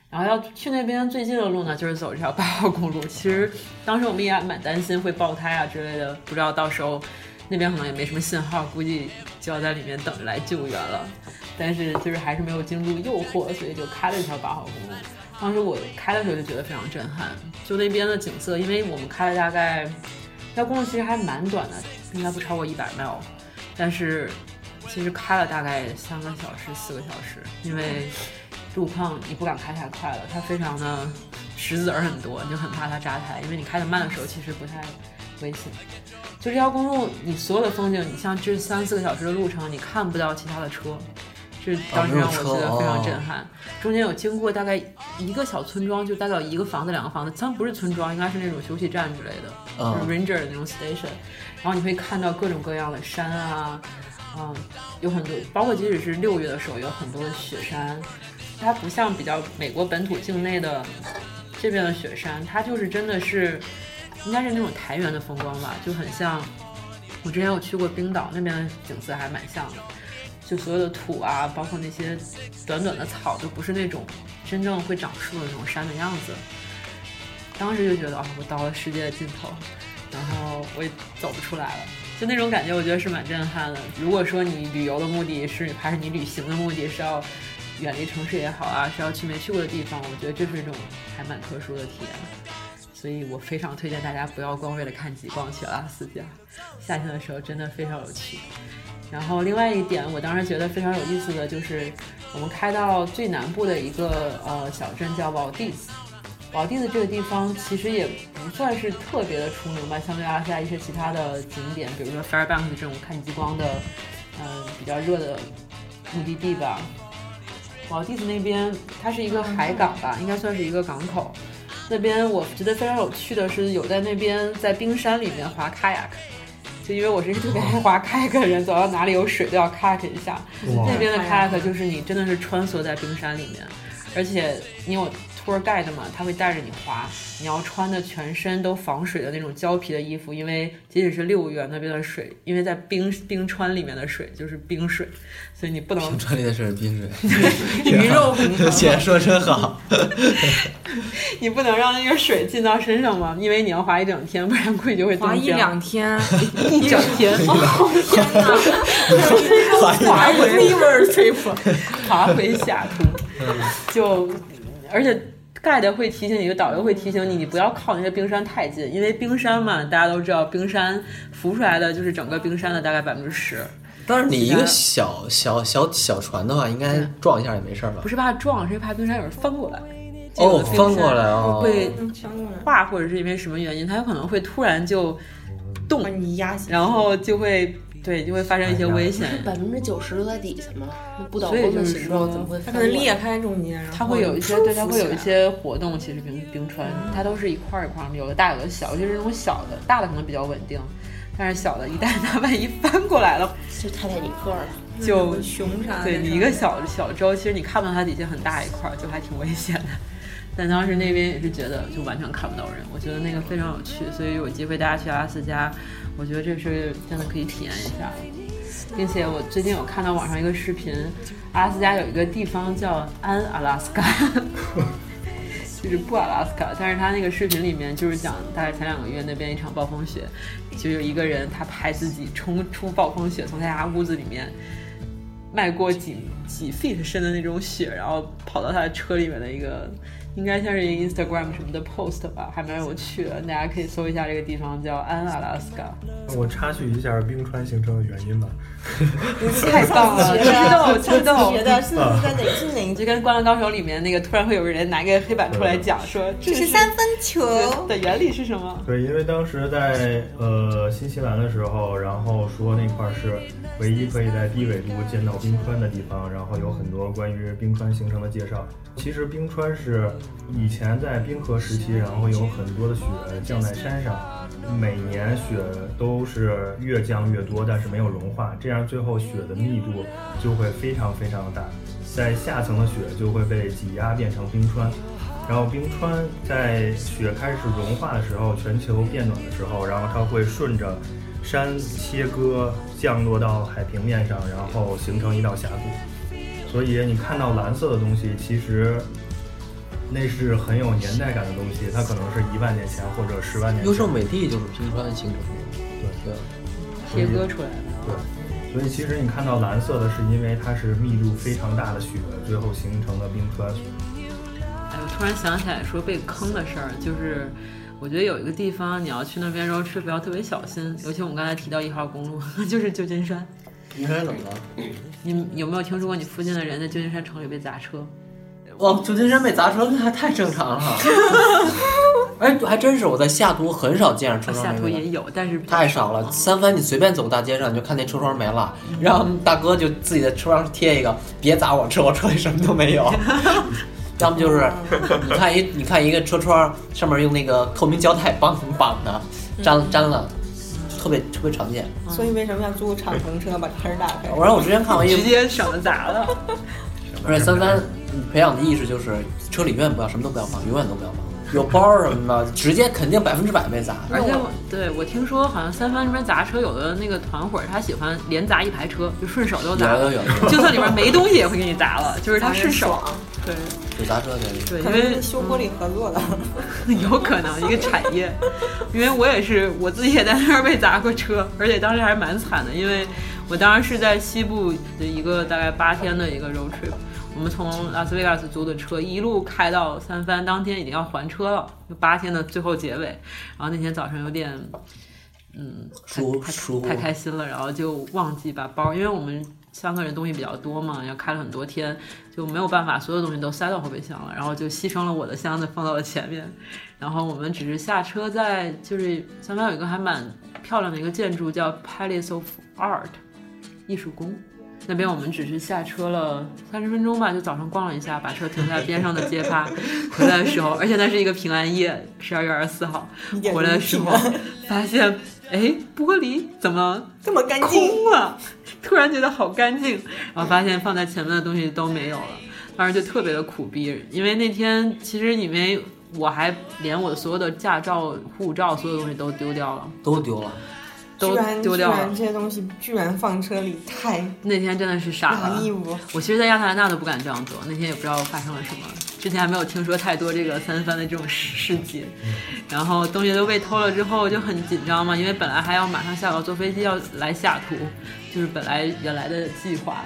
[SPEAKER 1] 然后要去那边最近的路呢，就是走这条八号公路。其实当时我们也蛮担心会爆胎啊之类的，不知道到时候那边可能也没什么信号，估计就要在里面等着来救援了。但是就是还是没有经住诱惑，所以就开了一条八号公路。当时我开的时候就觉得非常震撼，就那边的景色，因为我们开了大概，那公路其实还蛮短的，应该不超过一百 mile，但是其实开了大概三个小时、四个小时，因为路况你不敢开太快了，它非常的石子儿很多，你就很怕它扎胎，因为你开得慢的时候其实不太危险。就这条公路，你所有的风景，你像这三四个小时的路程，你看不到其他的车，这当时让我觉得非常震撼。中间有经过大概一个小村庄，就代表一个房子、两个房子，它们不是村庄，应该是那种休息站之类的，就是
[SPEAKER 6] 嗯，
[SPEAKER 1] ranger 的那种 station，然后你会看到各种各样的山啊，嗯，有很多，包括即使是六月的时候，有很多的雪山，它不像比较美国本土境内的这边的雪山，它就是真的是应该是那种苔原的风光吧，就很像我之前有去过冰岛那边的景色还蛮像的，就所有的土啊，包括那些短短的草，都不是那种真正会长树的那种山的样子。当时就觉得啊，我到了世界的尽头，然后我也走不出来了，就那种感觉，我觉得是蛮震撼的。如果说你旅游的目的是还是你旅行的目的是要远离城市也好啊，是要去没去过的地方，我觉得这是一种还蛮特殊的体验。所以我非常推荐大家不要光为了看极光去啊阿拉斯加，夏天的时候真的非常有趣。然后另外一点，我当时觉得非常有意思的就是，我们开到最南部的一个呃小镇叫 v a l d i s v a l d i s 这个地方其实也不算是特别的出名吧，相对阿拉斯加一些其他的景点，比如说 Fairbanks 这种看极光的，嗯、比较热的目的地吧。v a l d i s 那边它是一个海港吧，应该算是一个港口。那边我觉得非常有趣的是，有在那边在冰山里面滑 kayak，就因为我是一个特别爱滑 kayak 的人，走到哪里有水都要 kayak 一下。
[SPEAKER 4] 哇
[SPEAKER 1] 那边的 kayak 就是你真的是穿梭在冰山里面，而且你有 tour guide 嘛，他会带着你滑，你要穿的全身都防水的那种胶皮的衣服，因为即使是六月那边的水，因为在冰冰川里面的水就是冰水，所以你不 能
[SPEAKER 6] 这里的是冰 水，
[SPEAKER 1] 鱼肉很疼。
[SPEAKER 6] 姐说真好，
[SPEAKER 1] 你不能让那个水进到身上嘛，因为你要滑一整天，不然估计就会 冻
[SPEAKER 10] 滑一
[SPEAKER 1] 僵
[SPEAKER 10] 两天，
[SPEAKER 1] 一整天，
[SPEAKER 10] 天哪， 滑一回 river trip，
[SPEAKER 1] 爬回下图，
[SPEAKER 6] 嗯
[SPEAKER 1] 就而且盖的会提醒你，就导游会提醒你，你不要靠那些冰山太近，因为冰山嘛，大家都知道，冰山浮出来的就是整个冰山的大概百分之十，
[SPEAKER 6] 但是你一个小小小小船的话，应该撞一下也没事儿吧
[SPEAKER 1] 不？是怕撞，是怕冰山有人翻过来。
[SPEAKER 6] 哦
[SPEAKER 1] 这个冰山
[SPEAKER 6] 翻过来哦
[SPEAKER 1] 会
[SPEAKER 3] 嗯
[SPEAKER 10] 想过来，
[SPEAKER 1] 化，或者是因为什么原因，它有可能会突然就动
[SPEAKER 10] 把，你压下。
[SPEAKER 1] 然后就会对，就会发生一些危
[SPEAKER 6] 哎
[SPEAKER 1] 险。
[SPEAKER 11] 百分之九十都在底下嘛，那不倒
[SPEAKER 1] 所以
[SPEAKER 11] 翁的
[SPEAKER 1] 就是
[SPEAKER 11] 形状
[SPEAKER 1] 说
[SPEAKER 11] 怎么会
[SPEAKER 10] 它
[SPEAKER 11] 翻
[SPEAKER 10] 可
[SPEAKER 11] 过来？
[SPEAKER 10] 能裂开中间，然后
[SPEAKER 1] 它会有一些，对，它会有一
[SPEAKER 10] 浮起来。嗯
[SPEAKER 1] 些活动。其实冰冰川，它都是一块儿一块儿，有的大，有的小，就是那种小的，大的可能比较稳定，但是小的，一旦它万一翻过来了，
[SPEAKER 11] 就泰坦尼克了。
[SPEAKER 1] 就
[SPEAKER 10] 熊啥的，
[SPEAKER 1] 对你一个小小洲，其实你看不到它底下很大一块儿，就还挺危险的。但当时那边也是觉得就完全看不到人，我觉得那个非常有趣，所以有机会大家去阿拉斯加，我觉得这是真的可以体验一下。并且我最近有看到网上一个视频，阿拉斯加有一个地方叫安阿拉斯加， 就是不阿拉斯卡，但是他那个视频里面就是讲，大概前两个月那边一场暴风雪，就有一个人他拍自己冲出暴风雪，从他家屋子里面迈过几几 feet 深的那种雪，然后跑到他的车里面的一个，应该像是一个 Instagram 什么的 post 吧，还蛮有趣的，大家可以搜一下这个地方叫安阿拉斯卡。
[SPEAKER 4] 我插叙一下冰川形成的原因吧。
[SPEAKER 1] 太棒了，知道知啊道。
[SPEAKER 3] 学的是在哪是哪
[SPEAKER 1] 就跟《灌篮高手》里面那个突然会有个人拿一个黑板出来讲说，这
[SPEAKER 3] 是
[SPEAKER 1] 是
[SPEAKER 3] 三分球。
[SPEAKER 1] 的原理是什么？
[SPEAKER 4] 对，因为当时在呃新西兰的时候，然后说那块儿是唯一可以在低纬度见到冰川的地方，然后有很多关于冰川形成的介绍。其实冰川是以前在冰河时期，然后有很多的雪降在山上，每年雪都是越降越多，但是没有融化，这样最后雪的密度就会非常非常的大，在下层的雪就会被挤压变成冰川。然后冰川在雪开始融化的时候，全球变暖的时候，然后它会顺着山切割降落到海平面上，然后形成一道峡谷。所以你看到蓝色的东西，其实那是很有年代感的东西，它可能是一万年前或者十万年前。
[SPEAKER 6] 优胜美地就是冰川形成的，对
[SPEAKER 1] 切割出来的。
[SPEAKER 4] 对，所以其实你看到蓝色的，是因为它是密度非常大的雪，最后形成的冰川。
[SPEAKER 1] 哎，我突然想起来说被坑的事儿，就是我觉得有一个地方你要去那边 road trip 要特别小心，尤其我们刚才提到一号公路， 就是旧金山。
[SPEAKER 6] 应该怎么了？
[SPEAKER 1] 你有没有听说过你附近的人在旧金山城里被砸车？
[SPEAKER 6] 哇，旧金山被砸车那还太正常 了。哎，还真是，我在西雅图很少见着车
[SPEAKER 1] 下
[SPEAKER 6] 窗
[SPEAKER 1] 啊图
[SPEAKER 6] 没
[SPEAKER 1] 也
[SPEAKER 6] 有。
[SPEAKER 1] 有，但是比较
[SPEAKER 6] 太少了，三番你随便走大街上，你就看见车窗没了，然
[SPEAKER 1] 嗯
[SPEAKER 6] 后大哥就自己在车上贴一个“别砸我车，我车里什么都没 有”，要么就是
[SPEAKER 1] 哦
[SPEAKER 6] 你看一你看一个车窗上面用那个透明胶带绑绑的，
[SPEAKER 1] 嗯
[SPEAKER 6] 粘粘了，特别特别常见。
[SPEAKER 3] 所以为什么要租敞篷车把车打开？
[SPEAKER 10] 嗯
[SPEAKER 6] 我让我之前看过一
[SPEAKER 1] 哎直
[SPEAKER 6] 个
[SPEAKER 1] 接省得砸了。
[SPEAKER 6] 而且三三培养的意识就是车里永远不要什么都不要放，永远都不要放，有包什么 的，直接肯定百分之百被砸。
[SPEAKER 1] 而且我对我听说，好像三番这边砸车，有的那个团伙他喜欢连砸一排车，就顺手就
[SPEAKER 6] 有
[SPEAKER 1] 砸
[SPEAKER 6] 有
[SPEAKER 1] 了，
[SPEAKER 6] 有，
[SPEAKER 1] 就算里面没东西也会给你砸了，就是他顺手。对
[SPEAKER 6] 有砸车的，
[SPEAKER 1] 对，
[SPEAKER 3] 可
[SPEAKER 1] 因
[SPEAKER 3] 能
[SPEAKER 1] 为
[SPEAKER 3] 是修玻璃合作的，
[SPEAKER 1] 有可能一个产业，因为我也是我自己也在那儿被砸过车，而且当时还是蛮惨的，因为我当时是在西部的一个大概八天的一个 road trip，我们从拉斯维加斯租的车一路开到三藩，当天已经要还车了，就八天的最后结尾，然后那天早上有点。嗯，太
[SPEAKER 6] 疏
[SPEAKER 1] 太
[SPEAKER 6] 疏忽
[SPEAKER 1] 太开心了，然后就忘记把包，因为我们三个人东西比较多嘛，要开了很多天，就没有办法所有东西都塞到后备箱了，然后就牺牲了我的箱子放到了前面，然后我们只是下车在就是三藩有一个还蛮漂亮的一个建筑叫 Palace of Art 艺术宫，那边我们只是下车了三十分钟吧，就早上逛了一下，把车停在边上的街趴，回来的时候，而且那是一个平安夜，十二月二十四号，回来的时候发现哎玻璃怎么
[SPEAKER 3] 这么干净。
[SPEAKER 1] 空了， 突然觉得好干净，然后发现放在前面的东西都没有了，当时就特别的苦逼，因为那天其实因为我还连我的所有的驾照、护照、所有东西都丢掉了，
[SPEAKER 6] 都丢了。
[SPEAKER 1] 都
[SPEAKER 3] 居然
[SPEAKER 1] 丢掉
[SPEAKER 3] 居
[SPEAKER 1] 了
[SPEAKER 3] 然。这些东西居然放车里，太
[SPEAKER 1] 那天真的是傻
[SPEAKER 3] 拿
[SPEAKER 1] 了
[SPEAKER 3] 义，
[SPEAKER 10] 啊
[SPEAKER 3] 务。
[SPEAKER 1] 我其实，在亚特兰大都不敢这样做。那天也不知道发生了什么，之前还没有听说太多这个三番的这种事事迹。然后东西都被偷了之后就很紧张嘛，因为本来还要马上下楼坐飞机要来西雅图，就是本来原来的计划。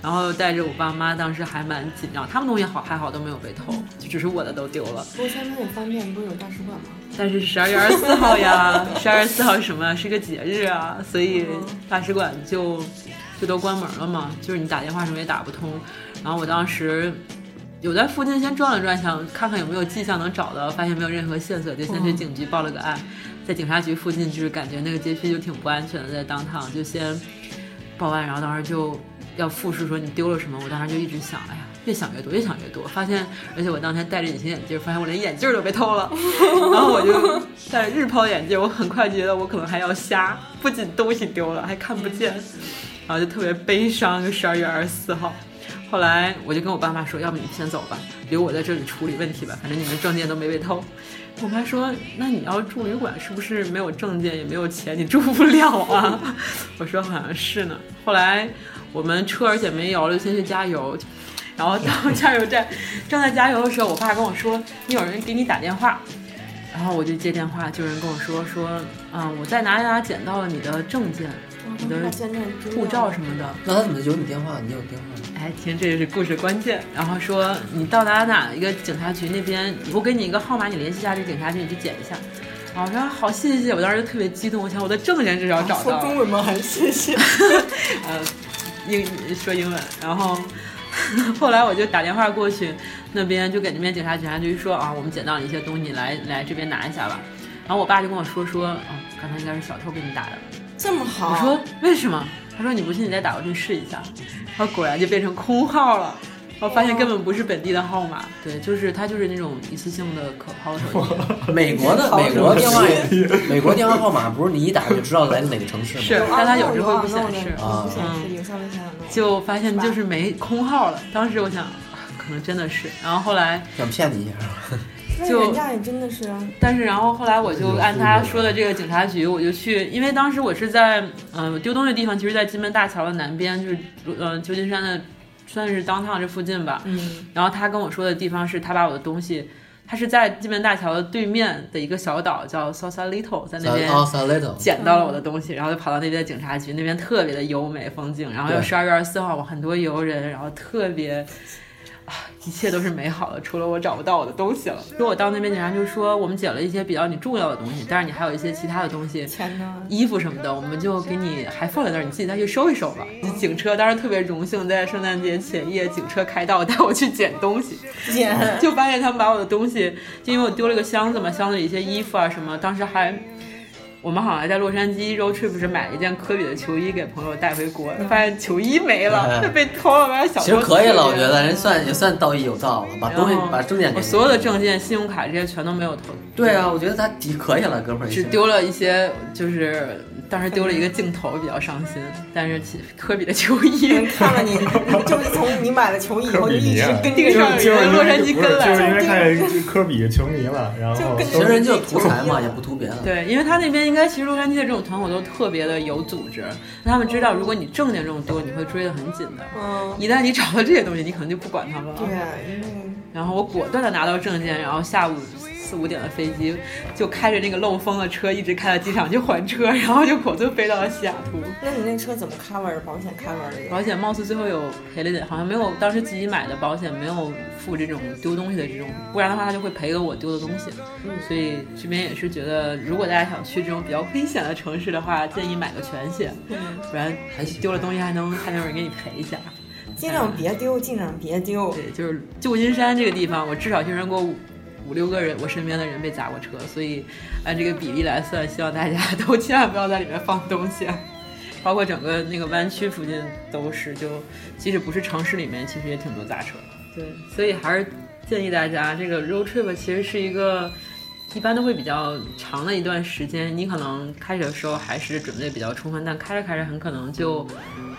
[SPEAKER 1] 然后带着我爸妈，当时还蛮紧张，他们东西好还好都没有被偷，就只是我的都丢了。
[SPEAKER 3] 不过三藩很方便，不是有大使馆吗？
[SPEAKER 1] 但是十二月二十四号呀，十二月四号是什么呀？是个节日啊，所以大使馆就就都关门了嘛，就是你打电话什么也打不通。然后我当时有在附近先转了转，想看看有没有迹象能找到，发现没有任何线索，就先去警局报了个案。在警察局附近，就是感觉那个街区就挺不安全的，在当趟就先报案，然后当时就要复述说你丢了什么。我当时就一直想，哎呀，越想越多，越想越多，发现，而且我当天戴着隐形眼镜，发现我连眼镜都被偷了。然后我就戴着日抛眼镜，我很快觉得我可能还要瞎，不仅东西丢了，还看不见，然后就特别悲伤。就十二月二十四号。后来我就跟我爸妈说，要不你们先走吧，留我在这里处理问题吧，反正你们证件都没被偷。我妈说：“那你要住旅馆，是不是没有证件也没有钱，你住不了啊？” 我说：“好像是呢。”后来我们车而且没油了，就先去加油。然后到加油站，正在加油的时候，我爸跟我说，你有人给你打电话。然后我就接电话，就有人跟我说说，啊、我在哪里哪里捡到了你的证件、你的
[SPEAKER 3] 啊
[SPEAKER 1] 护照什么的。
[SPEAKER 6] 那他怎么有你电话？你有电话吗？
[SPEAKER 1] 哎，听，这是故事关键。然后说你到达哪一个警察局那边，我给你一个号码，你联系一下这个警察局，你去捡一下。然后我说好，谢谢谢谢。我当时就特别激动，我想我的证件至少找到
[SPEAKER 10] 说
[SPEAKER 1] 了。
[SPEAKER 10] 中文吗？还是谢 谢？
[SPEAKER 1] 呃，英说英文，然后嗯后来我就打电话过去，那边就给那边警察警察局说啊，我们捡到了一些东西，你来来这边拿一下吧。然后我爸就跟我说说，啊，刚才应该是小偷给你打的。
[SPEAKER 10] 这么好，
[SPEAKER 1] 我
[SPEAKER 3] 哦
[SPEAKER 1] 说为什么？他说你不信，你再打过去试一下。然后果然就变成空号了。然后发现根本不是本地的号码，对，就是它就是那种一次性的可抛手机，
[SPEAKER 6] 美国的美国电话，美国电话号码不是你一打就知道来自哪个城市吗？
[SPEAKER 1] 是，但它有时候会不显示。嗯
[SPEAKER 6] 啊
[SPEAKER 10] 不显示有上面显示
[SPEAKER 1] 就发现就是没空号了。当时我想，啊可能真的是。然后后来
[SPEAKER 6] 想骗你一下，
[SPEAKER 10] 那
[SPEAKER 1] 就
[SPEAKER 10] 人家也真的是啊，
[SPEAKER 1] 但是然后后来我就按他说的这个警察局，我就去，因为当时我是在嗯、呃丢东西的地方，其实在金门大桥的南边，就是嗯、呃旧金山的算是 downtown 这附近吧。
[SPEAKER 10] 嗯，
[SPEAKER 1] 然后他跟我说的地方是他把我的东西。他是在金门大桥的对面的一个小岛，叫 Sausalito，在那边
[SPEAKER 6] 啊 s a l i t o
[SPEAKER 1] 捡到了我的东西，然后就跑到那边的警察局，那边特别的优美风景，然后又
[SPEAKER 6] 对
[SPEAKER 1] 十二月二十四号，我很多游人，然后特别。啊，一切都是美好的，除了我找不到我的东西了。因为我到那边，警察就说我们捡了一些比较你重要的东西，但是你还有一些其他的东西，
[SPEAKER 10] 钱呢？
[SPEAKER 1] 衣服什么的，我们就给你还放在那儿，你自己再去收一收吧。警车当时特别荣幸，在圣诞节前夜，警车开道带 我去捡东西，
[SPEAKER 10] 捡
[SPEAKER 1] 就发现他们把我的东西，就因为我丢了个箱子嘛，箱子里一些衣服啊什么，当时还。我们好像还在洛杉矶 road trip 时买了一件科比的球衣给朋友带回国，发现球衣没了，
[SPEAKER 6] 嗯
[SPEAKER 1] 被偷了。完了小偷
[SPEAKER 6] 其实可以了，
[SPEAKER 1] 特
[SPEAKER 6] 我
[SPEAKER 1] 别
[SPEAKER 6] 觉得人算也算道义有道了，把东西
[SPEAKER 1] 然后
[SPEAKER 6] 把证件给
[SPEAKER 1] 我
[SPEAKER 6] 你
[SPEAKER 1] 所有的证件、信用卡这些全都没有偷，
[SPEAKER 6] 对啊，我觉得他底可以了，哥们儿，
[SPEAKER 1] 只丢了一些，就是当时丢了一个镜头，比较伤心。但是其科比的球衣
[SPEAKER 10] 人
[SPEAKER 3] 嗯
[SPEAKER 10] 看了你，就是从你买了球衣以后就一直
[SPEAKER 3] 啊
[SPEAKER 10] 跟
[SPEAKER 1] 地
[SPEAKER 10] 着
[SPEAKER 1] 上有人洛杉矶
[SPEAKER 4] 不
[SPEAKER 1] 跟
[SPEAKER 4] 是
[SPEAKER 1] 来
[SPEAKER 4] 就是因
[SPEAKER 1] 了。
[SPEAKER 4] 为看见科比球迷了，然后
[SPEAKER 6] 其实人就图财 嘛，也不图别的。
[SPEAKER 1] 对，因为他那边应该其实洛杉矶的这种团伙都特别的有组织，他们知道如果你证件这种多，你会追得很紧的。
[SPEAKER 10] 嗯，
[SPEAKER 1] 一旦你找到这些东西，你可能就不管他们了。
[SPEAKER 10] 对啊，因为
[SPEAKER 1] 然后我果断的拿到证件，然后下午四五点的飞机就开着那个漏风的车，一直开到机场去还车，然后就果断飞到了西雅图。
[SPEAKER 10] 那你那车怎么 cover 保险 cover 这个？
[SPEAKER 1] 保险貌似最后有赔了点，好像没有当时自己买的保险没有付这种丢东西的这种，不然的话他就会赔给我丢的东西。所以这边也是觉得，如果大家想去这种比较危险的城市的话，建议买个全险，不然
[SPEAKER 6] 还行
[SPEAKER 1] 丢了东西还能还能有人给你赔一下。
[SPEAKER 10] 尽量别丢，尽量别丢。
[SPEAKER 1] 对，就是旧金山这个地方，我至少听说过五五六个人，我身边的人被砸过车，所以按这个比例来算，希望大家 都千万不要在里面放东西、啊。包括整个那个湾区附近都是，就即使不是城市里面，其实也挺多砸车的。对，所以还是建议大家，这个 road trip 其实是一个一般都会比较长的一段时间。你可能开始的时候还是准备比较充分，但开着开着很可能就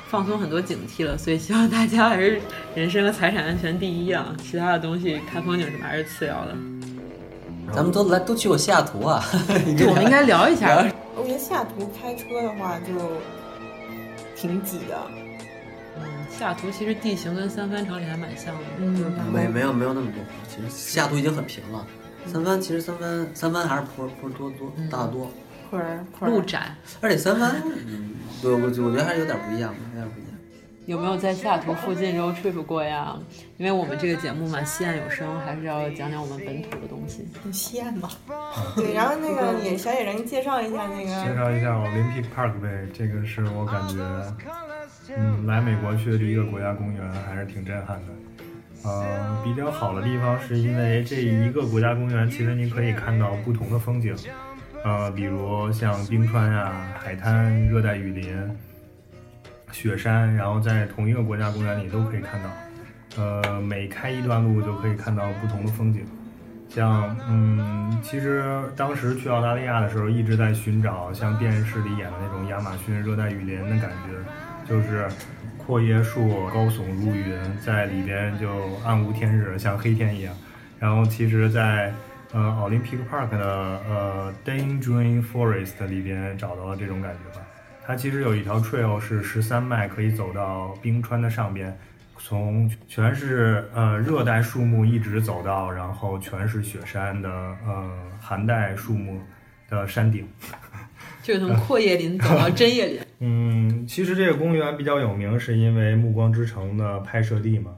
[SPEAKER 1] 放松很多警惕了。所以希望大家还是人身和财产安全第一啊，其他的东西看风景什么还是次要的。
[SPEAKER 6] 咱们都来都去过西雅图啊， 你
[SPEAKER 1] 对，
[SPEAKER 6] 这
[SPEAKER 1] 我们应该聊一下。
[SPEAKER 10] 我觉得西雅图开车的话就挺挤的，
[SPEAKER 1] 嗯，西雅图其实地形跟三藩城里还蛮像的。
[SPEAKER 10] 嗯，
[SPEAKER 6] 没没有没有那么多，其实西雅图已经很平了。三藩其实三藩三藩还是坡坡多多大得多，
[SPEAKER 10] 块儿块
[SPEAKER 1] 路
[SPEAKER 10] 儿
[SPEAKER 1] 窄，
[SPEAKER 6] 而且三 藩，嗯，对我我觉得还是有点不一样吧，有点不一样。
[SPEAKER 1] 有没有在西雅图附近 road trip 过呀？因为我们这个节目嘛，西岸有声，还是要讲讲我们本土的东西。
[SPEAKER 10] 很西安嘛。对，然后那个也小野人介绍一下那
[SPEAKER 4] 介
[SPEAKER 10] 个，
[SPEAKER 4] 绍一下 Olympic Park 呗，这个是我感觉，嗯，来美国去的第一个国家公园，还是挺震撼的。呃，比较好的地方是因为这一个国家公园，其实你可以看到不同的风景，呃，比如像冰川呀、海滩、热带雨林、雪山，然后在同一个国家公园里都可以看到。呃，每开一段路就可以看到不同的风景。像嗯，其实当时去澳大利亚的时候，一直在寻找像电视里演的那种亚马逊热带雨林的感觉，就是阔叶树高耸入云，在里边就暗无天日，像黑天一样。然后其实在，呃 Olympic Park 的呃 Daydream Forest 里边找到了这种感觉吧。它其实有一条 trail 是十三迈，可以走到冰川的上边，从全是呃热带树木一直走到然后全是雪山的呃寒带树木的山顶。
[SPEAKER 1] 就是从阔叶林走到针叶 林。
[SPEAKER 4] 嗯，其实这个公园比较有名，是因为《暮光之城》的拍摄地嘛，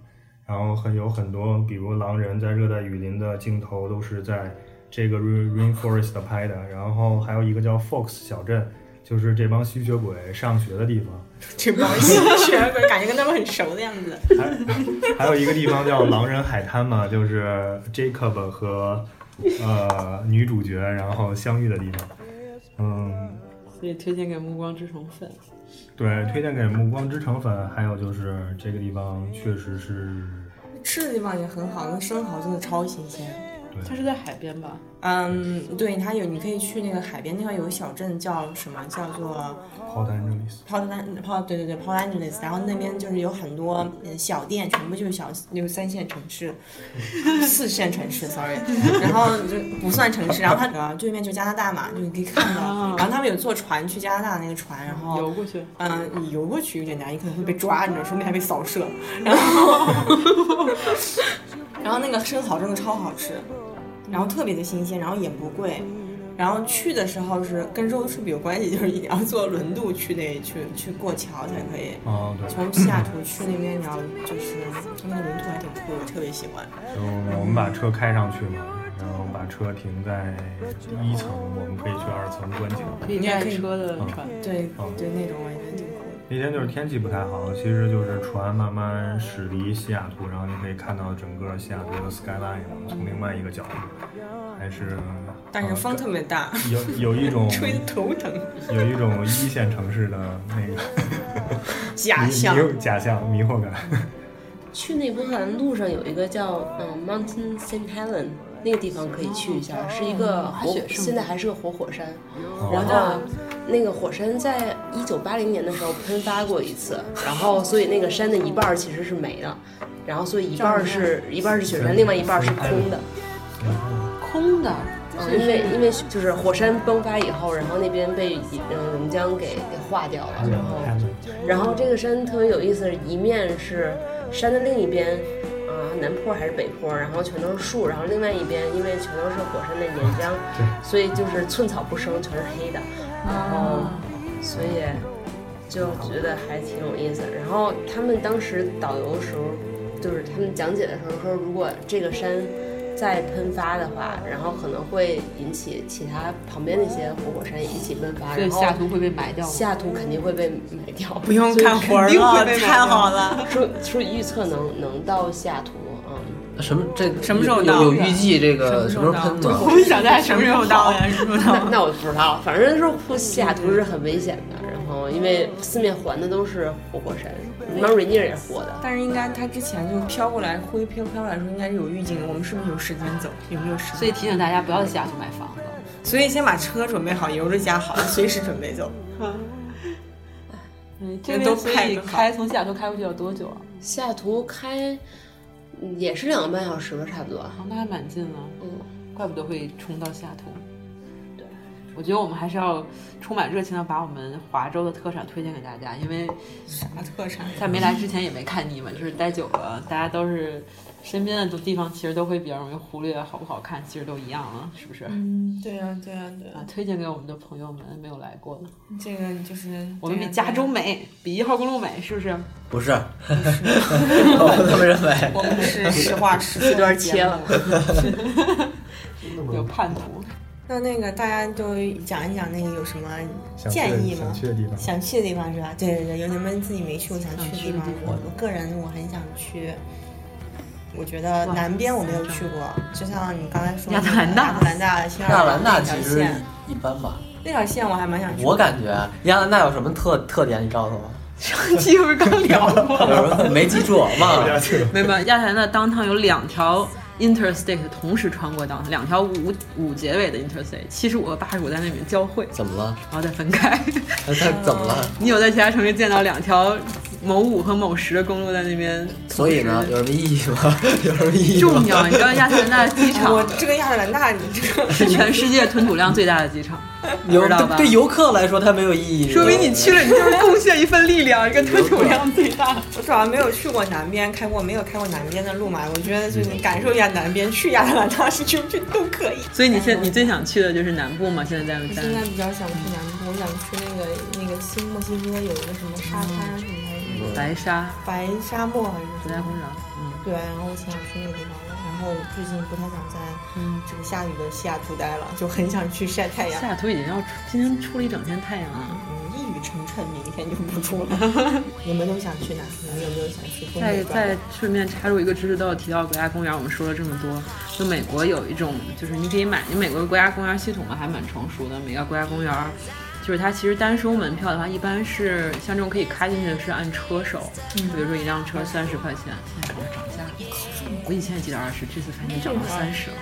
[SPEAKER 4] 然后很有很多，比如狼人在热带雨林的镜头都是在这个 rain rainforest 拍的，然后还有一个叫 Fox 小镇，就是这帮吸血鬼上学的地方。
[SPEAKER 3] 这帮学鬼感觉跟他们很熟的样子。
[SPEAKER 4] 还有一个地方叫狼人海滩嘛， 就是 Jacob 和呃女主角然后相遇的地方。嗯，
[SPEAKER 1] 所以推荐给《暮光之城》粉。
[SPEAKER 4] 对，推荐给《暮光之城》粉。还有就是这个地方确实是，
[SPEAKER 3] 吃的地方也很好，那生蚝真的超新鲜。
[SPEAKER 1] 它是在海边吧？
[SPEAKER 3] 嗯，对，它有，你可以去那个海边，那块有个小镇叫什么？叫做
[SPEAKER 4] Port Angeles。
[SPEAKER 3] Port An 对对对 Port Angeles，然后那边就是有很多呃小店，全部就是小就是三线城市，四线城市，sorry，然后就不算城市，然后它 呃对面就加拿大嘛，就你可以看到，然后他们有坐船去加拿大那个船，然后
[SPEAKER 1] 啊游过去。
[SPEAKER 3] 嗯，你游过去有点难，你可能会被抓，你知道，说不定还被扫 射。然后，然后那个生蚝真的超好吃，然后特别的新鲜，然后也不贵。然后去的时候是跟 road trip 有关系，就是你要坐轮渡去那去去过桥才可以。
[SPEAKER 4] 哦，对，
[SPEAKER 3] 从西雅图去那边，你要就是他们的轮渡还挺酷的，我特别喜欢。
[SPEAKER 4] 就我们把车开上去嘛，然后把车停在一层，我们可以去二层观景。
[SPEAKER 1] 可以开车的船，
[SPEAKER 3] 对
[SPEAKER 4] 嗯
[SPEAKER 3] 对，那种我也觉得挺酷的。
[SPEAKER 4] 那天就是天气不太好，其实就是船慢慢驶离西雅图，然后你可以看到整个西雅图的 skyline 嘛从另外一个角度，还是呃
[SPEAKER 3] 但
[SPEAKER 4] 哦
[SPEAKER 3] 是风特别大，
[SPEAKER 4] 嗯有有一种
[SPEAKER 3] 吹得头疼。
[SPEAKER 4] 有一种一线城市的那个
[SPEAKER 3] 假
[SPEAKER 4] 迷
[SPEAKER 3] 象
[SPEAKER 4] 迷。惑假象迷惑感。
[SPEAKER 7] 去那波特兰路上有一个叫嗯 Mountain St. Helen 那个地方可以去一下，是一个
[SPEAKER 11] 嗯
[SPEAKER 7] 活，现在还是个活火山。
[SPEAKER 3] 哦
[SPEAKER 7] 然后那个火山在一九八零年的时候喷发过一次，然后所以那个山的一半儿其实是没的，然后所以一半儿是一半儿是雪山，另外一半儿是空的。
[SPEAKER 1] 空的。
[SPEAKER 7] 嗯，因为因为就是火山崩发以后，然后那边被嗯熔浆给给化掉了，然后然后这个山特别有意思，一面是山的另一边，啊、南坡还是北坡，然后全都是树，然后另外一边因为全都是火山的岩浆，所以就是寸草不生，全是黑的，然后所以就觉得还挺有意思。然后他们当时导游的时候，就是他们讲解的时候说，如果这个山。再喷发的话，然后可能会引起其他旁边那些活火山也一起喷发，
[SPEAKER 1] 所以
[SPEAKER 7] 然后
[SPEAKER 1] 西雅图会被埋掉吗？
[SPEAKER 7] 西雅图肯定会被买掉，
[SPEAKER 3] 不用看活儿
[SPEAKER 1] 所以肯定
[SPEAKER 3] 了，
[SPEAKER 1] 会被买
[SPEAKER 3] 太好 了。
[SPEAKER 7] 说说预测能能到西雅图，嗯，
[SPEAKER 6] 什么这
[SPEAKER 3] 什么时候
[SPEAKER 6] 有
[SPEAKER 3] 到
[SPEAKER 6] 有预计这个
[SPEAKER 1] 什
[SPEAKER 6] 什
[SPEAKER 1] 么时候
[SPEAKER 6] 么时
[SPEAKER 1] 到
[SPEAKER 6] 候喷吗？
[SPEAKER 3] 们想在什么时候到 呀？什么时候
[SPEAKER 7] 那那我不知道，反正是说西雅图是很危险的，然后因为四面环的都是活火山，蒙瑞尼尔也是活的，
[SPEAKER 3] 但是应该它之前就飘过来，灰飘飘来说，应该是有预警的。我们是不是有时间走？有没有时间？
[SPEAKER 1] 所以提醒大家不要在西雅图买房子。
[SPEAKER 3] 所以先把车准备好，油着加好，随时准备走。
[SPEAKER 1] 嗯，
[SPEAKER 3] 这
[SPEAKER 1] 这
[SPEAKER 3] 边
[SPEAKER 1] 边
[SPEAKER 3] 所
[SPEAKER 1] 所
[SPEAKER 3] 以
[SPEAKER 1] 以开
[SPEAKER 3] 开
[SPEAKER 1] 从西雅图开过去要多久啊？
[SPEAKER 7] 西雅图开嗯也是两个半小时吧，差不多，
[SPEAKER 1] 那还蛮近了。
[SPEAKER 7] 嗯，
[SPEAKER 1] 怪不得会冲到西雅图。
[SPEAKER 7] 对，
[SPEAKER 1] 我觉得我们还是要充满热情的把我们华州的特产推荐给大家，因为
[SPEAKER 3] 啥特产？
[SPEAKER 1] 在没来之前也没看腻嘛，就是待久了，大家都是身边的地方其实都会比较容易忽略好不好看，其实都一样了，是不是？
[SPEAKER 3] 嗯对呀、对呀、对呀、
[SPEAKER 1] 啊，推荐给我们的朋友们没有来过的，
[SPEAKER 3] 这个就是
[SPEAKER 1] 我们比
[SPEAKER 3] 这个啊
[SPEAKER 1] 加州美，比一号公路美，是不是？
[SPEAKER 6] 不是，我这么认为。
[SPEAKER 3] 我们是实话实 说这
[SPEAKER 7] 段切了。
[SPEAKER 1] 有叛徒，
[SPEAKER 3] 那那个大家都讲一讲那个有什么
[SPEAKER 4] 想去
[SPEAKER 3] 建议吗
[SPEAKER 4] 想？去的地方，
[SPEAKER 3] 想去的地方是吧？对对对，有你们自己没去过想去的地方
[SPEAKER 1] 想去的地，
[SPEAKER 3] 我我个人我很想去。我觉得南边我没有去过，就像你刚才说的
[SPEAKER 1] 亚特兰大
[SPEAKER 3] 亚特兰大、新奥
[SPEAKER 6] 亚特
[SPEAKER 3] 尔良
[SPEAKER 6] 兰大
[SPEAKER 3] 那条
[SPEAKER 6] 其实
[SPEAKER 3] 线，
[SPEAKER 6] 一般吧，
[SPEAKER 3] 那条线我还蛮想去。
[SPEAKER 6] 我感觉亚特兰大有什么特特点，你告诉我。
[SPEAKER 1] 上期不是刚聊过
[SPEAKER 6] 有什么没记住，忘了。
[SPEAKER 1] 没有，没有，亚特兰大 downtown 有两条 interstate 同时穿过 downtown，两条五五结尾的 interstate，七十五和八十五在那里面交汇，
[SPEAKER 6] 怎么了？
[SPEAKER 1] 然后再分开。
[SPEAKER 6] 他他怎么了？
[SPEAKER 1] 你有在其他城市见到两条某五和某十的公路在那边？
[SPEAKER 6] 所以呢，有什么意义吗？ 有什么意义
[SPEAKER 1] 重
[SPEAKER 6] 吗？
[SPEAKER 1] 要，你知道亚特兰大机
[SPEAKER 3] 我
[SPEAKER 1] 场
[SPEAKER 3] 这个亚特兰大，你这个
[SPEAKER 1] 是全世界吞吐量最大的机场，
[SPEAKER 6] 游
[SPEAKER 1] 知道吧
[SPEAKER 6] 对游客来说它没有意义，
[SPEAKER 12] 说明你去了，你就是贡献一份力量，一个吞吐量最大。
[SPEAKER 3] 我主要没有去过南边，开过没有开过南边的路嘛，我觉得就是感受一下南边，去亚特兰大市区去都可以。
[SPEAKER 12] 所以你现你最想去的就是南部嘛？现在在在
[SPEAKER 3] 现在比较想去南部，我想去那个那个新墨西哥有一个什么沙滩什么的，那个
[SPEAKER 1] 白沙
[SPEAKER 3] 白沙漠还是
[SPEAKER 1] 国
[SPEAKER 3] 什
[SPEAKER 1] 家
[SPEAKER 3] 么？
[SPEAKER 1] 公园，嗯，
[SPEAKER 3] 对，然后我想去那个地方，然后最近不太想在这个下雨的西雅图待了，就很想去嗯晒太阳
[SPEAKER 1] 西。雅图已经要出今天出了一整天太阳啊了。
[SPEAKER 3] 嗯，一雨成谶，明天就不住 了。你们都想去哪？你们有没有想去东
[SPEAKER 1] 再
[SPEAKER 3] 北转
[SPEAKER 1] 再顺便插入一个知识，都有提到国家公园，我们说了这么多，就美国有一种，就是你可以买，你美国国家公园系统嘛啊还蛮成熟的，每个国家公园，就是它其实单收门票的话，一般是像这种可以开进去的是按车收，比如说一辆车三十块钱，现在好像涨价了，我以前也记得二十，这次反正涨到三十了。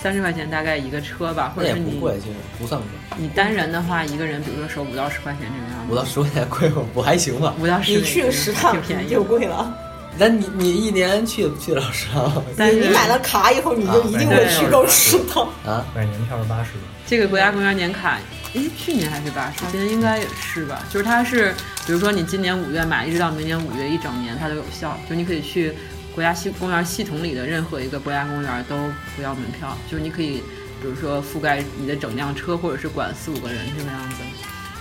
[SPEAKER 1] 三十块钱大概一个车吧，或
[SPEAKER 6] 那
[SPEAKER 1] 者
[SPEAKER 6] 哎也
[SPEAKER 1] 是
[SPEAKER 6] 不
[SPEAKER 1] 你
[SPEAKER 6] 贵，其实不算贵，
[SPEAKER 1] 你单人的话，一个人比如说收五到十块钱这个样
[SPEAKER 6] 五
[SPEAKER 1] 子，
[SPEAKER 6] 到十块钱贵吗？我还行吧。
[SPEAKER 1] 五到十
[SPEAKER 3] 你去
[SPEAKER 1] 美金
[SPEAKER 3] 个十趟
[SPEAKER 1] 挺便宜的
[SPEAKER 3] 就，贵 了，
[SPEAKER 6] 那你你一年去去得了十趟吗
[SPEAKER 1] 但是
[SPEAKER 3] 你买了卡以后你
[SPEAKER 1] 啊
[SPEAKER 3] 就一定会去够十趟。
[SPEAKER 6] 啊？
[SPEAKER 4] 买年票是八十的，
[SPEAKER 1] 这个国家公园年卡，诶，去年还是八十，今年应该也是吧？就是它是，比如说你今年五月买，一直到明年五月一整年它都有效，就你可以去国家系公园系统里的任何一个国家公园都不要门票，就是你可以，比如说覆盖你的整辆车，或者是管四五个人这个样子。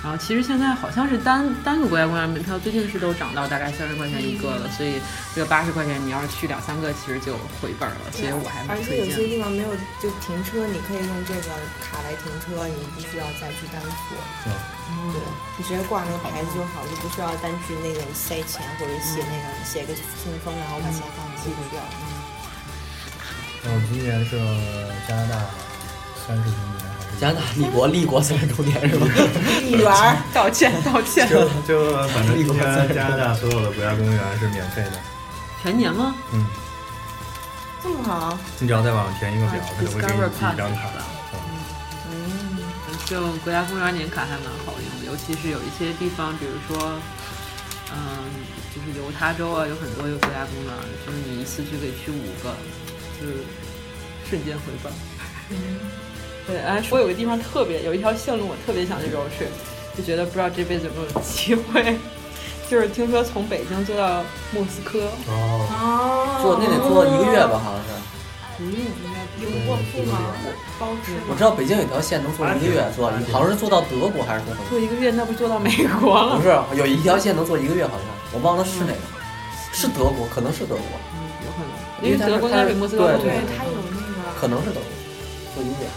[SPEAKER 1] 然后其实现在好像是单单个国家公园门票最近是都涨到大概三十块钱一个
[SPEAKER 12] 嗯
[SPEAKER 1] 了，所以这个八十块钱你要是去两三个，其实就回本了，所以我还
[SPEAKER 12] 哎
[SPEAKER 1] 蛮
[SPEAKER 3] 而且
[SPEAKER 1] 推
[SPEAKER 3] 有些
[SPEAKER 1] 荐。
[SPEAKER 3] 地方没有就停车，你可以用这个卡来停车，你不需要再去单付。对，你直接挂那个牌子就好，就不需要单去那个塞钱或者写那个写个信封，然后把钱放进去掉。
[SPEAKER 4] 然后今年是加拿大三十周年还是
[SPEAKER 6] 加拿大立国立国三十周年是吧？
[SPEAKER 3] 一元儿
[SPEAKER 1] 嗯
[SPEAKER 12] 道歉道歉，
[SPEAKER 4] 就就反正今年加拿大所有的国家公园是免费的，
[SPEAKER 1] 全年吗？
[SPEAKER 4] 嗯，
[SPEAKER 3] 这么好，
[SPEAKER 4] 你只要再往上填一个表，
[SPEAKER 12] 啊
[SPEAKER 4] 它就会
[SPEAKER 1] Discover
[SPEAKER 4] 给你寄一
[SPEAKER 1] Pass
[SPEAKER 4] 张卡
[SPEAKER 1] 是。吧？
[SPEAKER 4] 嗯
[SPEAKER 1] 就国家公园年卡还蛮好用的，尤其是有一些地方，比如说，嗯，就是犹他州啊，有很多有国家公园，就是你一次就可以去五个，就是瞬间回本。
[SPEAKER 12] 对，哎，我有个地方特别，有一条线路我特别想去 road trip，就觉得不知道这辈子有没有机会。 就是听说从北京坐到莫斯科，
[SPEAKER 4] 哦，
[SPEAKER 6] 坐那得坐一个月吧，好像是。
[SPEAKER 3] 有卧铺吗？包吃
[SPEAKER 6] 我知道北京有条线能坐一个月，坐好像是坐到德国还是坐什么？
[SPEAKER 12] 坐一个月，那不坐到美国了？
[SPEAKER 6] 不是，有一条线能坐一个月，好像我忘了是哪个，是德国，可能是德国，
[SPEAKER 1] 有可能，
[SPEAKER 12] 因
[SPEAKER 6] 因为
[SPEAKER 12] 为
[SPEAKER 6] 它是
[SPEAKER 12] 德国应该比莫斯科
[SPEAKER 6] 对
[SPEAKER 12] 更
[SPEAKER 3] 对
[SPEAKER 12] 远，
[SPEAKER 3] 它有那
[SPEAKER 6] 可能是德国，坐一个月，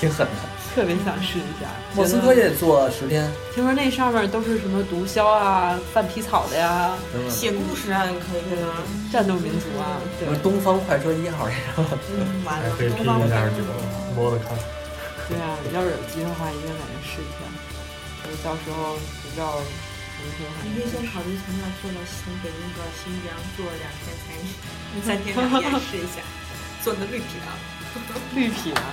[SPEAKER 6] 挺狠的。
[SPEAKER 12] 特别想试一下。
[SPEAKER 6] 莫斯科也得坐十天，
[SPEAKER 12] 听说那上面都是什么毒枭啊、贩皮草的呀、
[SPEAKER 6] 真
[SPEAKER 3] 个
[SPEAKER 6] 的。
[SPEAKER 3] 写故事啊，可以的。
[SPEAKER 12] 战斗民族啊，对
[SPEAKER 6] 什么东方快车一号那个，
[SPEAKER 3] 嗯，完
[SPEAKER 4] 还
[SPEAKER 3] 了，
[SPEAKER 4] 可以拼
[SPEAKER 3] 东
[SPEAKER 4] 一
[SPEAKER 3] 方
[SPEAKER 4] 下这个 m o d
[SPEAKER 12] 对啊，要是有机会的话，一定要在那试一下。就是到时候不知道什么时候还
[SPEAKER 3] 你可以
[SPEAKER 12] 能
[SPEAKER 3] 先考虑从那儿坐到新北京，坐到新疆，坐两天三夜，三天两夜试一下，坐那绿皮啊。
[SPEAKER 12] 绿皮啊，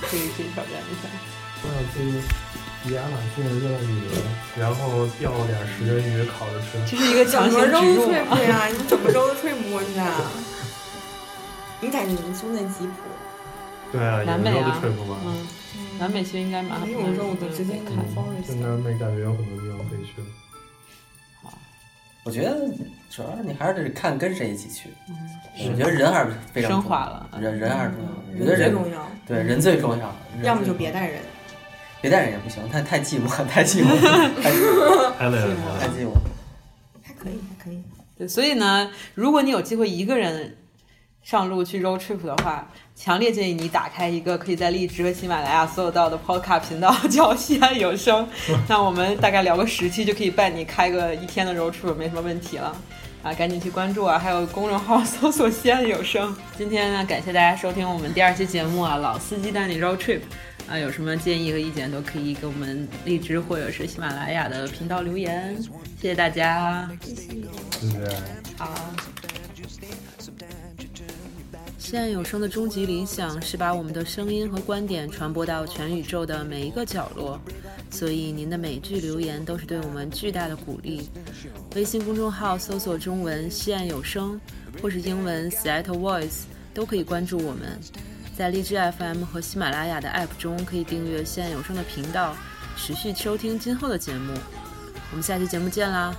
[SPEAKER 12] 可以可以挑战一下。
[SPEAKER 4] 嗯我想去亚马逊热带雨林，然后钓点食人鱼烤着吃。
[SPEAKER 12] 这是一个强行植入啊！
[SPEAKER 3] 对啊，你怎么揉碎摸去啊？你感觉你住那吉普，
[SPEAKER 4] 对啊，
[SPEAKER 12] 南美
[SPEAKER 4] 有
[SPEAKER 12] 啊
[SPEAKER 4] road trip 嘛，
[SPEAKER 12] 嗯，南美其实应该蛮好
[SPEAKER 3] 没有肉的，直接
[SPEAKER 12] 看
[SPEAKER 3] 看。
[SPEAKER 4] 嗯就
[SPEAKER 3] forest。
[SPEAKER 4] 南美感觉有很多地方可以去。
[SPEAKER 6] 我觉得主要你还是得看跟谁一起去。我觉得人还是非常
[SPEAKER 12] 升
[SPEAKER 6] 重要
[SPEAKER 12] 华了，
[SPEAKER 6] 人人还是重要的，我觉得
[SPEAKER 3] 人最
[SPEAKER 6] 人
[SPEAKER 3] 重要，
[SPEAKER 6] 对人最重要，
[SPEAKER 3] 啊
[SPEAKER 6] 人
[SPEAKER 3] 要么就
[SPEAKER 6] 最
[SPEAKER 3] 别带人。
[SPEAKER 6] 别带人也不行，太太寂寞，太 寂寞了，太寂寞了，
[SPEAKER 4] 艾伦，
[SPEAKER 6] 太寂寞了。
[SPEAKER 3] 还可以，还可以。
[SPEAKER 12] 对，所以呢，如果你有机会一个人上路去 road trip 的话，强烈建议你打开一个可以在荔枝和喜马拉雅搜得到的 podcast 频道，叫西安有声。那我们大概聊个十期就可以伴你开个一天的 road trip，没什么问题了。啊，赶紧去关注啊！还有公众号搜索“西安有声”。今天呢，感谢大家收听我们第二期节目啊，《老司机带你 road trip》。啊，有什么建议和意见都可以给我们荔枝或者是喜马拉雅的频道留言，谢谢大家。啊
[SPEAKER 4] 就是。
[SPEAKER 1] 现在有声的终极理想是把我们的声音和观点传播到全宇宙的每一个角落，所以您的每一句留言都是对我们巨大的鼓励。微信公众号搜索中文“西岸有声”或是英文 “Seattle Voice”，都可以关注我们。在荔枝 FM 和喜马拉雅的 App 中可以订阅现有声的频道，持续收听今后的节目。我们下期节目见啦！